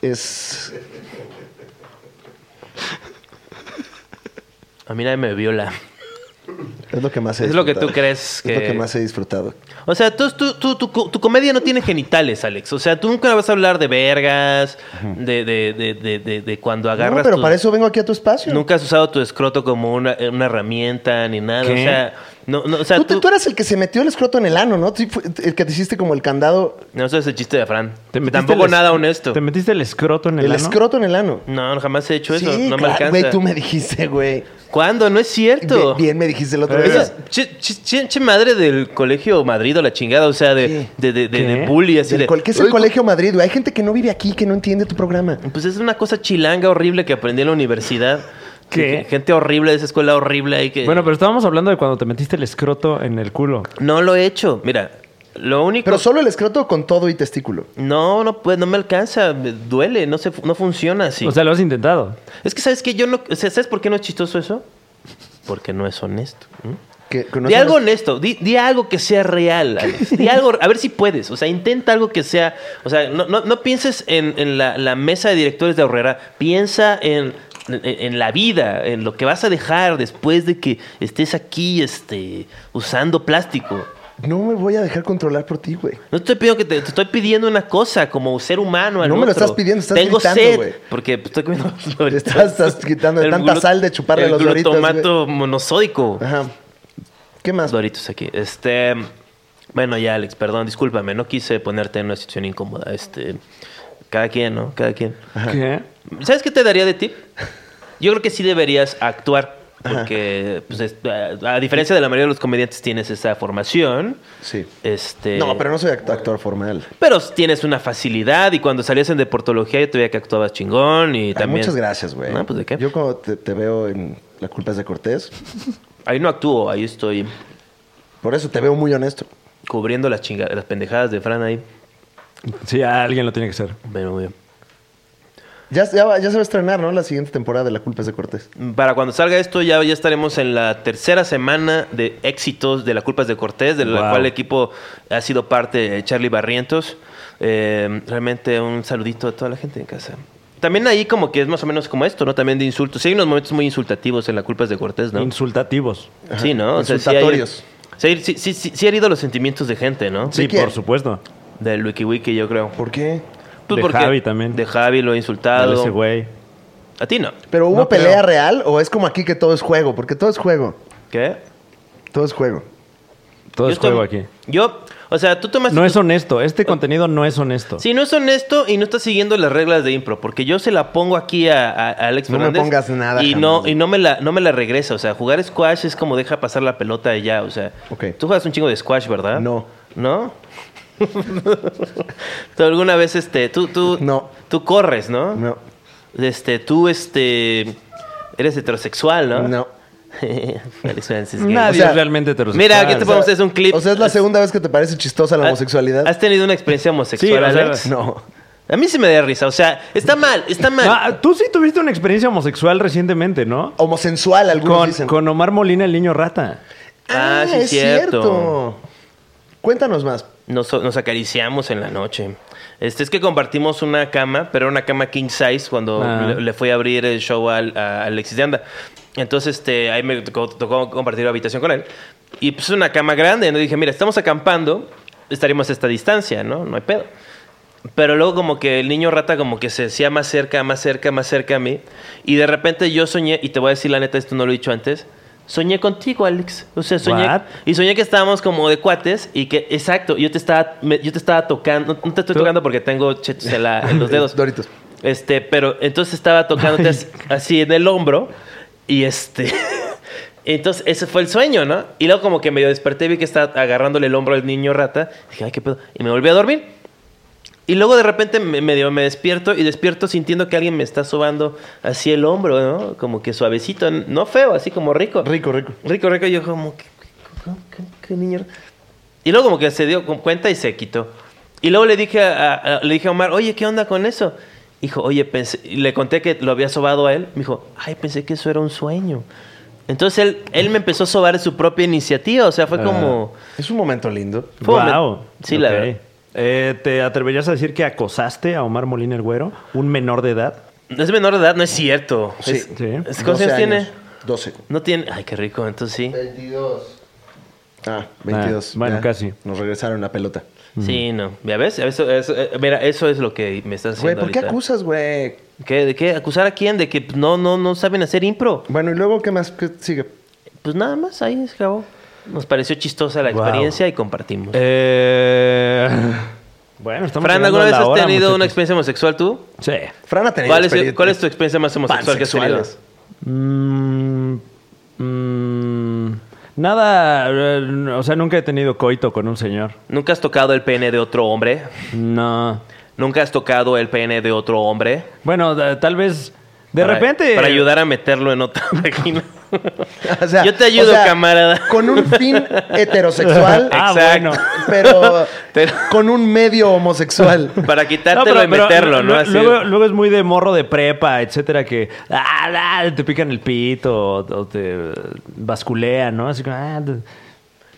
Es. A mí nadie me viola. Es lo que más he Es lo que disfrutado. tú crees Es lo que- que más he disfrutado. O sea, tú, tú- tú- tu, co- tu comedia no tiene genitales, Alex. O sea, tú nunca vas a hablar de vergas, de, de, de, de, de- de cuando agarras. No, pero tus- para eso vengo aquí a tu espacio. Nunca has usado tu escroto como una, una herramienta ni nada. ¿Qué? O sea, no, no, o sea, tú, tú, te- tú eras el que se metió el escroto en el ano, ¿no? Sí, fue- el que te hiciste como el candado, no eso es el chiste de Fran. ¿Te metiste Tampoco el es- nada honesto. ¿Te metiste el escroto en el, el, ano? escroto en el ano. No, jamás he hecho eso. sí, no me claro, alcanza. güey, tú me dijiste, güey. ¿Cuándo? No es cierto. Bien, bien me dijiste el otro Eso es día. che, che- che- che madre del colegio Madrid o la chingada, o sea, de, de, de, de- de ¿Qué? bully, así Del de. col- ¿Qué es el "Uy, Colegio Madrid? güey? Hay gente que no vive aquí, que no entiende tu programa. Pues es una cosa chilanga horrible que aprendí en la universidad. ¿Qué? Gente horrible de esa escuela horrible ahí que. Bueno, pero estábamos hablando de cuando te metiste el escroto en el culo. No lo he hecho. Mira, lo único. Pero solo el escroto con todo y testículo. No, no, pues no me alcanza. me duele, no, se, fu- no funciona así. O sea, lo has intentado. Es que sabes que yo no. o sea, ¿Sabes por qué no es chistoso eso? Porque no es honesto. ¿m? Que, que no di son algo los- honesto, di, di algo que sea real, Alex. Di algo, a ver si puedes. O sea, intenta algo que sea. O sea, no, no, no pienses en, en la, la mesa de directores de Horrera. Piensa en, en, en la vida, en lo que vas a dejar después de que estés aquí este, usando plástico. No me voy a dejar controlar por ti, güey. No te estoy pidiendo que te, te estoy pidiendo una cosa como ser humano. al No me lo otro. estás pidiendo, estás Tengo gritando, sed güey. porque pues, estoy comiendo. los Doritos. Estás- estás quitando El tanta glu- sal de chuparle el los Doritos, güey. glutamato monosódico. Ajá. ¿Qué más? Doritos aquí. Este. Bueno, ya, Alex, perdón, discúlpame, no quise ponerte en una situación incómoda. Este. Cada quien, ¿no? Cada quien. ¿Qué? ¿Sabes qué te daría de tip? Yo creo que sí deberías actuar. Porque, pues, es- a, a diferencia de la mayoría de los comediantes, tienes esa formación. Sí. Este. No, pero no soy act- actor formal. Pero tienes una facilidad y cuando salías en deportología yo te veía que actuabas chingón y Ay, también... muchas gracias, güey. No, pues de qué. Yo cuando te, te veo en La culpa es de Cortés, Ahí no actúo, ahí estoy por eso te veo muy honesto. cubriendo las chinga- las pendejadas de Fran ahí. Sí, alguien lo tiene que hacer. Bueno, muy bien. Ya, ya, va- ya se va a estrenar, ¿no? La siguiente temporada de La culpa es de Cortés. Para cuando salga esto, ya, ya estaremos en la tercera semana de éxitos de La Culpas de Cortés, de la Wow. cual el equipo ha sido parte eh, Charlie Barrientos. Eh, realmente un saludito a toda la gente en casa. También ahí como que es más o menos como esto, ¿no? También de insultos. Sí, hay unos momentos muy insultativos en La Culpas de Cortés, ¿no? Insultativos. Sí, ¿no? sí hay- Insultatorios. sí, sí, sí, sí, sí ha herido los sentimientos de gente, ¿no? Sí, Sí, ¿quién? por supuesto. Del WikiWiki, yo creo. ¿Por qué? Pues De porque- Javi también. De Javi lo he Dale insultado. ese güey. A ti no. ¿Pero hubo No creo. pelea real o es como aquí que todo es juego? Porque todo es juego. ¿Qué? Todo es juego. Todo Yo es juego estoy- aquí. Yo, O sea, tú tomaste... No tu- es honesto. Este contenido no es honesto. Si no es honesto y no estás siguiendo las reglas de impro, porque yo se la pongo aquí a, a- a Alex No me Fernández pongas nada Y no, jamás. y no me la, no me la regresa. O sea, jugar squash es como deja pasar la pelota y ya. O sea, Ok. tú juegas un chingo de squash, ¿verdad? No. ¿No? tú alguna vez, este, tú, tú, No. tú corres, ¿no? No. Este, tú, este, eres heterosexual, ¿no? No. Alex Francis Gay. Nadie O sea, es realmente heterosexual. mira, aquí te O sea, podemos hacer un clip. Ah, O sea, es la segunda vez que te parece chistosa la homosexualidad. ¿Has tenido una experiencia homosexual, Sí, o sea, Alex? No. A mí sí me da risa, o sea, está mal, está mal. Ah, tú sí tuviste una experiencia homosexual recientemente, ¿no? Homosensual, algunos Con, dicen. con Omar Molina, el niño rata. Ah, sí, cierto. Cuéntanos más. Nos, nos acariciamos en la noche. Este es que compartimos una cama, pero era una cama king size cuando Ah. le, le fui a abrir el show al- a Alexis de Anda. Entonces, este, ahí me tocó, tocó compartir habitación con él. Y pues una cama grande, ¿no? Dije, mira, estamos acampando, estaremos a esta distancia, ¿no? No hay pedo. Pero luego como que el niño rata como que se hacía más cerca, más cerca, más cerca a mí. Y de repente yo soñé, y te voy a decir la neta, esto no lo he dicho antes, soñé contigo, Alex. O sea, soñé... What? Y soñé que estábamos como de cuates y que, exacto, yo te estaba, me- yo te estaba tocando, no, no te estoy Tú- tocando porque tengo chetos en, la- en los dedos. Doritos. Este, pero entonces estaba tocándote así, así en el hombro y este... Entonces, ese fue el sueño, ¿no? Y luego como que medio desperté, vi que estaba agarrándole el hombro al niño rata. Dije, ay, qué pedo. Y me volví a dormir. Y luego de repente me, medio me despierto y despierto sintiendo que alguien me está sobando así el hombro, ¿no? Como que suavecito, no feo, así como rico. Rico, rico. Rico, rico. Y yo como, ¿qué, qué- qué- qué- qué niño? Y luego como que se dio cu- cuenta y se quitó. Y luego le dije a, a- le dije a Omar, oye, ¿qué onda con eso? Dijo, oye, pensé, y le conté que lo había sobado a él. Me dijo, ay, pensé que eso era un sueño. Entonces él, él me empezó a sobar de su propia iniciativa. O sea, fue Ah. como... Es un momento lindo. Fue un momento- Guau. Sí, la Ok. verdad. Eh, ¿Te atreverías a decir que acosaste a Omar Molina el Güero, un menor de edad? Es menor de edad, no es cierto. Sí. Es- Sí. es- ¿Cuántos 12 años años. tiene? 12. No tiene. Ay, qué rico, entonces sí. 22. Ah, 22. Ah, bueno, Ya. casi. Nos regresaron la pelota. Sí, no. ¿Ya ves? Eso, eso- eh, mira, eso es lo que me estás Güey, haciendo. ¿por qué ahorita. acusas, güey? ¿Qué, ¿De qué? ¿Acusar a quién? De que pues, no, no, no saben hacer impro. Bueno, ¿y luego qué más? ¿Qué sigue? Pues nada más, ahí se acabó. Nos pareció chistosa la Wow. experiencia y compartimos. Eh, bueno, estamos Fran, llegando ¿alguna a vez la has hora, tenido una muchachos. experiencia homosexual tú? Sí. Fran ha tenido ¿Cuál es, experien- cuál es tu experiencia más homosexual que has tenido? pansexuales. Mm, mm, nada, eh, o sea, nunca he tenido coito con un señor. ¿Nunca has tocado el pene de otro hombre? No. ¿Nunca has tocado el pene de otro hombre? Bueno, da- tal vez de Para- repente... eh, Para ayudar a meterlo en otra página. O sea, Yo te ayudo, o sea, camarada. Con un fin heterosexual, Ah, Exacto. bueno. pero Pero- con un medio homosexual. Para No, quitártelo pero- y pero meterlo, ¿no? lu- Así- Luego, luego es muy de morro de prepa, etcétera, que ah, ah, te pican el pito o, o te eh, basculean, ¿no? Así que, ah, te-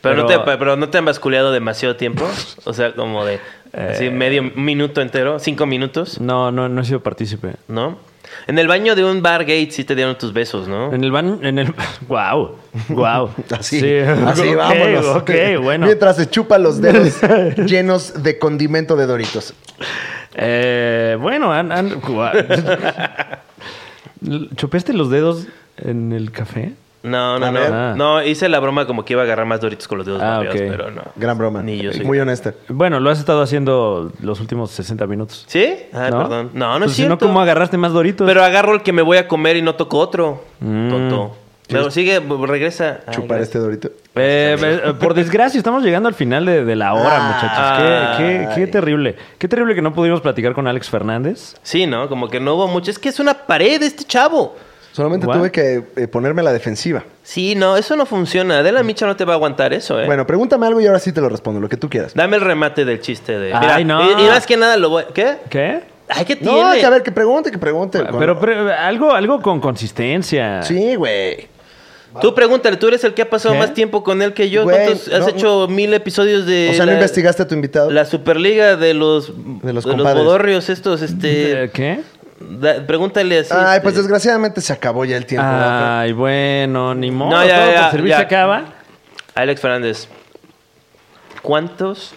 Pero, no te, pero no te han basculeado demasiado tiempo. O sea, como de Eh. así medio minuto entero, cinco minutos, no, no, no he sido partícipe. ¿no? En el baño de un bar gate sí te dieron tus besos, ¿no? En el van, en el wow, wow. Así, así, ok, vámonos. Ok, bueno. Mientras se chupa los dedos llenos de condimento de Doritos. Eh, bueno, han, han- guau. ¿Chupaste los dedos en el café? No, no, A no. ver. No, hice la broma como que iba a agarrar más doritos con los dedos Ah, vapeados, ok. pero no. Gran broma. Eh, Ni yo soy. Muy honesta. Bueno, lo has estado haciendo los últimos 60 minutos. ¿Sí? Ah, ¿No? perdón. No, no Pues, es si cierto. ¿cómo agarraste más doritos? Mm. Pero agarro el que me voy a comer y no toco otro. Tonto. Pero sigue, b- regresa. Ay, Chupar gracias. este Dorito. Eh, eh, por desgracia, estamos llegando al final de, de la hora, Ah. muchachos. Qué, qué- qué terrible. Qué terrible que no pudimos platicar con Alex Fernández. Sí, ¿no? Como que no hubo mucho. Es que es una pared este chavo. Solamente What? tuve que eh, ponerme a la defensiva. Sí, no, eso no funciona. Adela Micha no te va a aguantar eso, ¿eh? Mm. Bueno, pregúntame algo y ahora sí te lo respondo, lo que tú quieras. Dame el remate del chiste de. Ay, Mira, no. Y, y más que nada lo voy. ¿Qué? ¿Qué? Ay, ¿qué tiene? No, que a ver, que pregunte, que pregunte. Pero, pero, eh, algo, algo con consistencia. Sí, güey. Tú pregúntale, tú eres el que ha pasado ¿Qué? más tiempo con él que yo. Güey, ¿Cuántos- has no, hecho mil episodios de. O sea, no la- investigaste a tu invitado. La Superliga de los. De los compadres. bodorrios estos, Eh, este. ¿Qué? da- pregúntale así. Ay, pues este, desgraciadamente se acabó ya el tiempo. Ah. Ay, bueno, ni modo. No, ya, todo ya, por servir ya. se acaba. Alex Fernández, ¿cuántos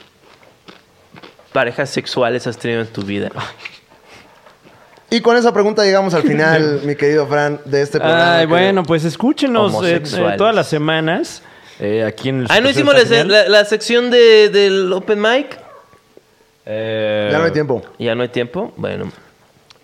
parejas sexuales has tenido en tu vida? Y con esa pregunta llegamos al final, mi querido Fran, de este programa. Ay, que- bueno, pues escúchenos eh, eh, Homosexuales. todas las semanas. eh, aquí en el... Pues, Ah, no hicimos la, la- la sección de- del Open Mic. Eh, Ya no hay tiempo. Ya no hay tiempo. Bueno,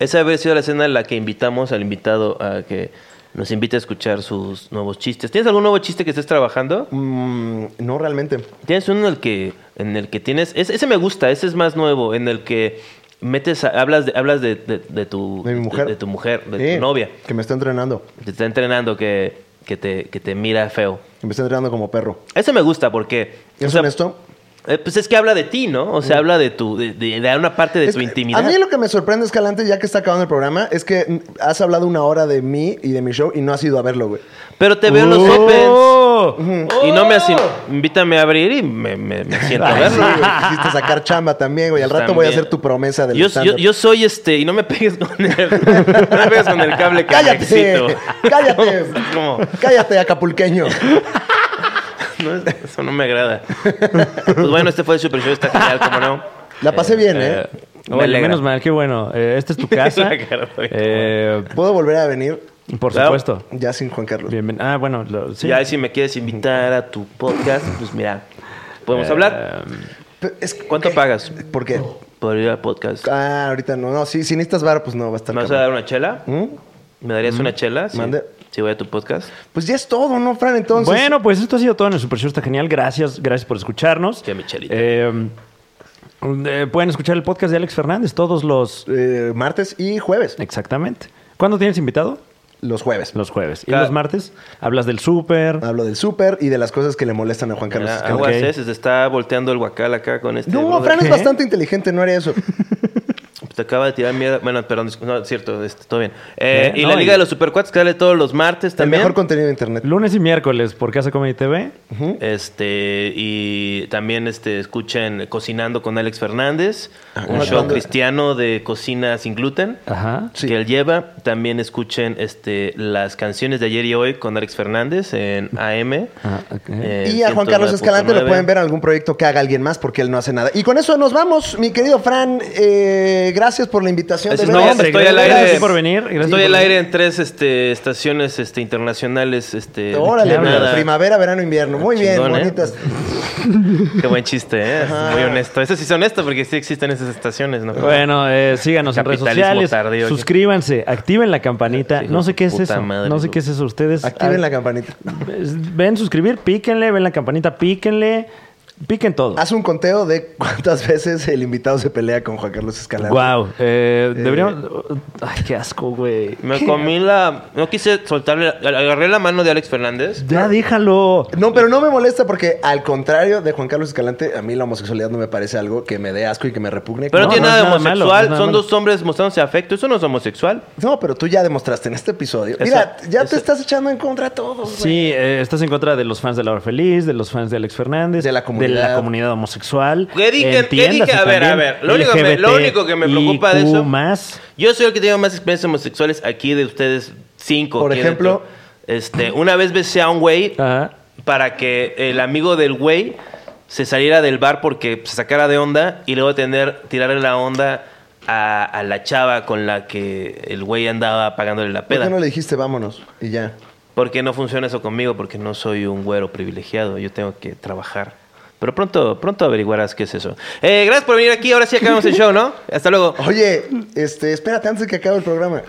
esa habría sido la escena en la que invitamos al invitado a que nos invite a escuchar sus nuevos chistes. ¿Tienes algún nuevo chiste que estés trabajando? Mm, no, realmente. Tienes uno en el que, en el que tienes. Ese, ese me gusta, ese es más nuevo, en el que metes a- hablas de, hablas de, de- de tu De mi mujer. de, tu mujer, de Sí, tu novia, Eh, Que me está entrenando. que te está entrenando, que, que te, que te mira feo. Que me está entrenando como perro. Ese me gusta porque. o ¿Es sea, honesto? eh, pues es que habla de ti, ¿no? O sea, habla de tu, de, de- de una parte de Mm. Es tu que intimidad. A mí lo que me sorprende, Escalante, ya que está acabando el programa, es que mm, has hablado una hora de mí y de mi show y no has ido a verlo, güey. Pero te veo en los opens. ¡Oh! Y no me hace, invítame a abrir y me, me, me siento a Ay, Ah, sí, verlo. güey, Quisiste sacar chamba también, güey. Al rato voy a También. hacer tu promesa del Yo, yo, stand-up. yo soy este, y no me pegues con el, no me pegues con el cable que me Ah, ¡Cállate! excito. ¡Cállate! Como- ¡Cállate, acapulqueño! No, eso no me agrada. Pues bueno, este fue el Super Show, está genial, como no. La pasé bien, ¿eh? Eh, Me oye, alegra. menos mal, qué bueno. Eh, esta es tu casa. La cara de- Eh, ¿Puedo volver a venir por Claro. supuesto. ya sin Juan Carlos? Bienven- ah, bueno, lo- sí. Ya, y si me quieres invitar a tu podcast, pues mira, podemos Eh, hablar. Pero es- ¿Cuánto ¿qué? pagas? ¿Por qué? Por ir al podcast. Ah, ahorita no. No, sí, si necesitas bar, pues no, va a estar ¿Me vas a cabrón. dar una chela? ¿Mm? ¿Me darías una chela? Si, Mande. si voy a tu podcast. Pues ya es todo, ¿no, Fran? Entonces... bueno, pues esto ha sido todo en el Super Show. Está genial. Gracias, gracias por escucharnos. Qué michelita. Eh, eh, pueden escuchar el podcast de Alex Fernández todos los. eh, martes y jueves. Exactamente. ¿Cuándo tienes invitado? Los jueves. Los jueves. ¿Y Cada- los martes? Hablas del súper. Ah. Hablo del súper y de las cosas que le molestan a Juan Carlos. Mira, Escalante. aguas, Ok. eh, se te está volteando el guacal acá con este. No, brother. Fran es ¿Qué? bastante inteligente, no haría eso. Te acaba de tirar mierda. Bueno, perdón, dis- no, es cierto, este, todo bien. Eh, Eh, y no, la Liga y- de los Supercuates que sale todos los martes El también. mejor contenido de internet. Lunes y miércoles por Casa Comedy TV. Este, y también este, escuchen Cocinando con Alex Fernández, un ¿cuándo? show cristiano de cocina sin gluten. Ajá. Sí. Que él lleva. También escuchen este, las canciones de ayer y hoy con Alex Fernández en AM. Ah, ok. eh, Y a Juan Carlos Escalante lo 109.9. pueden ver en algún proyecto que haga alguien más porque él no hace nada. Y con eso nos vamos, mi querido Fran. Eh, gracias por la invitación. Así de es, verdad. no, hombre, estoy al aire. gracias por venir, gracias estoy por al venir. aire en tres este, estaciones este, internacionales. Este, Órale, de nada. primavera, verano, invierno. Muy bien, Chingón, ¿eh? bonitas. Qué buen chiste, ¿eh? Muy honesto. Ese sí es honesto porque sí existen esas estaciones, ¿no? Bueno, eh, síganos en redes Capitalismo sociales. tardío. Suscríbanse, activen la campanita. Hijo No sé de qué es puta eso. madre, no sé güey. qué es eso. Ustedes Activen la ah, campanita. es- Ven suscribir, píquenle, ven la campanita, píquenle. Piquen todo. Haz un conteo de cuántas veces el invitado se pelea con Juan Carlos Escalante. Wow. eh, Eh, deberíamos. oh, Ay, qué asco, güey. Me comí la... No quise soltarle... Agarré la mano de Alex Fernández. Ya déjalo. No, pero no me molesta porque al contrario de Juan Carlos Escalante, a mí la homosexualidad no me parece algo que me dé asco y que me repugne. Pero no, No, tiene no nada de es nada malo, homosexual. no es nada Son malo. dos hombres mostrándose afecto. Eso no es homosexual. No, pero tú ya demostraste en este episodio. Eso- Mira, ya eso- te estás echando en contra a todos, güey. Sí, eh, estás en contra de los fans de La Hora Feliz, de los fans de Alex Fernández, De la comunidad. comunidad homosexual. ¿Qué dije? ¿Qué dije? Entiéndase A ver, también, a ver. Lo único que me- lo único que me preocupa de LGBTIQ+. eso- Yo soy el que tiene más experiencias homosexuales aquí de ustedes cinco. Por aquí ejemplo- dentro. Este, una vez besé a un güey Ajá. para que el amigo del güey se saliera del bar porque se sacara de onda y luego tener, tirarle la onda a, a la chava con la que el güey andaba pagándole la ¿Por peda. qué no le dijiste vámonos? Y ya. Porque no funciona eso conmigo, porque no soy un güero privilegiado, yo tengo que trabajar. Pero pronto, pronto averiguarás qué es eso. Eh, gracias por venir aquí, ahora sí acabamos el show, ¿no? Hasta luego. Oye, este, espérate antes de que acabe el programa.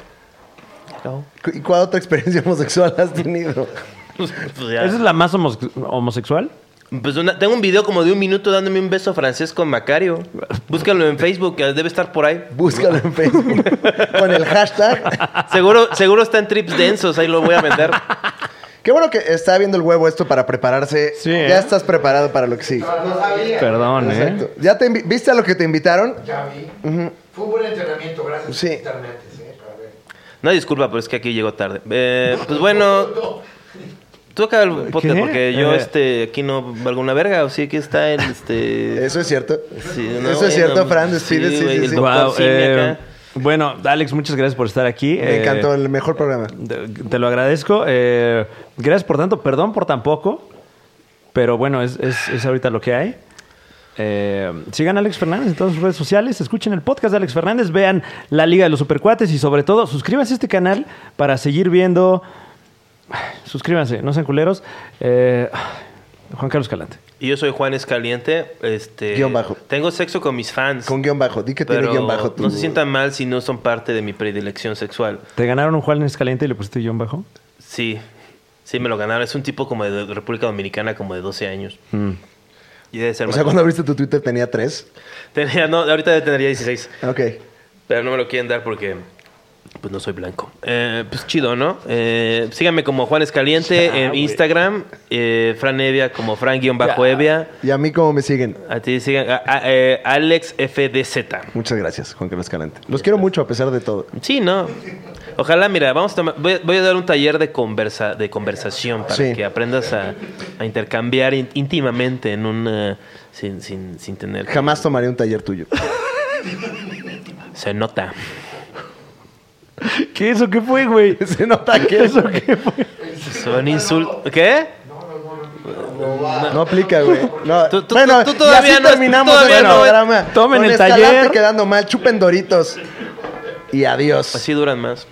Acabó. ¿Cu- ¿Y cuál otra experiencia homosexual has tenido? Pues ya. ¿Esa es la más homosex- homosexual? Pues una- tengo un video como de un minuto dándome un beso francés con Macario. Búscalo en Facebook, que debe estar por ahí. Búscalo en Facebook con el hashtag. Seguro, seguro está en trips densos, ahí lo voy a vender. Qué bueno que está viendo el huevo esto para prepararse. Sí, ya ¿eh? estás preparado para lo que sigue. No sabía. Perdón, ¿eh? Exacto. ¿Ya te invi- viste a lo que te invitaron? Ya vi. Fue un buen entrenamiento, gracias Sí. por invitarme antes, ¿eh? Para ver. No, disculpa, pero es que aquí llegó tarde. Eh, pues bueno, tú acá el podcast, ¿Qué? porque yo Eh. este, aquí no valgo una verga, o sí, aquí está el... Este... Eso es cierto. Sí, no, Eso bueno, es cierto, Fran. Despide. sí, Sí, güey, sí, el sí. doctor Guau, Simi eh, acá. bueno, Alex, muchas gracias por estar aquí. Me Eh, encantó. El mejor programa. Te te lo agradezco. eh, gracias por tanto, perdón por tan poco, pero bueno, es, es- es ahorita lo que hay. Eh, sigan a Alex Fernández en todas sus redes sociales, escuchen el podcast de Alex Fernández, vean la Liga de los Supercuates y sobre todo suscríbanse a este canal para seguir viendo... Suscríbanse, no sean culeros. Eh, Juan Carlos Calante. Y yo soy Juan Escaliente. Este, Guión bajo. Tengo sexo con mis fans. Con guión bajo. Di que tiene pero guión bajo. tu- No se sientan mal si no son parte de mi predilección sexual. ¿Te ganaron un Juan Escaliente y le pusiste guión bajo? Sí, sí, me lo ganaron. Es un tipo como de República Dominicana, como de 12 años. Mm. Y debe ser O más. sea, cuando abriste tu Twitter tenía tres. Tenía- no, ahorita ya tendría 16. Ok. Pero no me lo quieren dar porque pues no soy blanco. Eh, pues chido, ¿no? Eh, síganme como Juan Escaliente Ya, en güey. Instagram. Eh, Fran Evia como Ya. Fran-Evia. ¿Y a mí cómo me siguen? A ti sigan a- a- eh, Alex FDZ. Muchas gracias, Juan Carlos Calante. Los quiero mucho a pesar de todo. Sí, no. Ojalá, mira, vamos a tomar- voy, voy a dar un taller de conversa, de conversación para Sí. que aprendas a, a intercambiar in- íntimamente en una sin, sin, sin tener. que- Jamás tomaré un taller tuyo. Se nota. ¿Qué eso qué fue, güey? Se nota que eso. Son insultos. ¿Qué? No aplica, güey. No. Tú- tú- bueno, tú- tú todavía y así no- terminamos todavía el no- programa. tomen Con el Escalante taller. quedando mal, chupen doritos. Y adiós. Así duran más.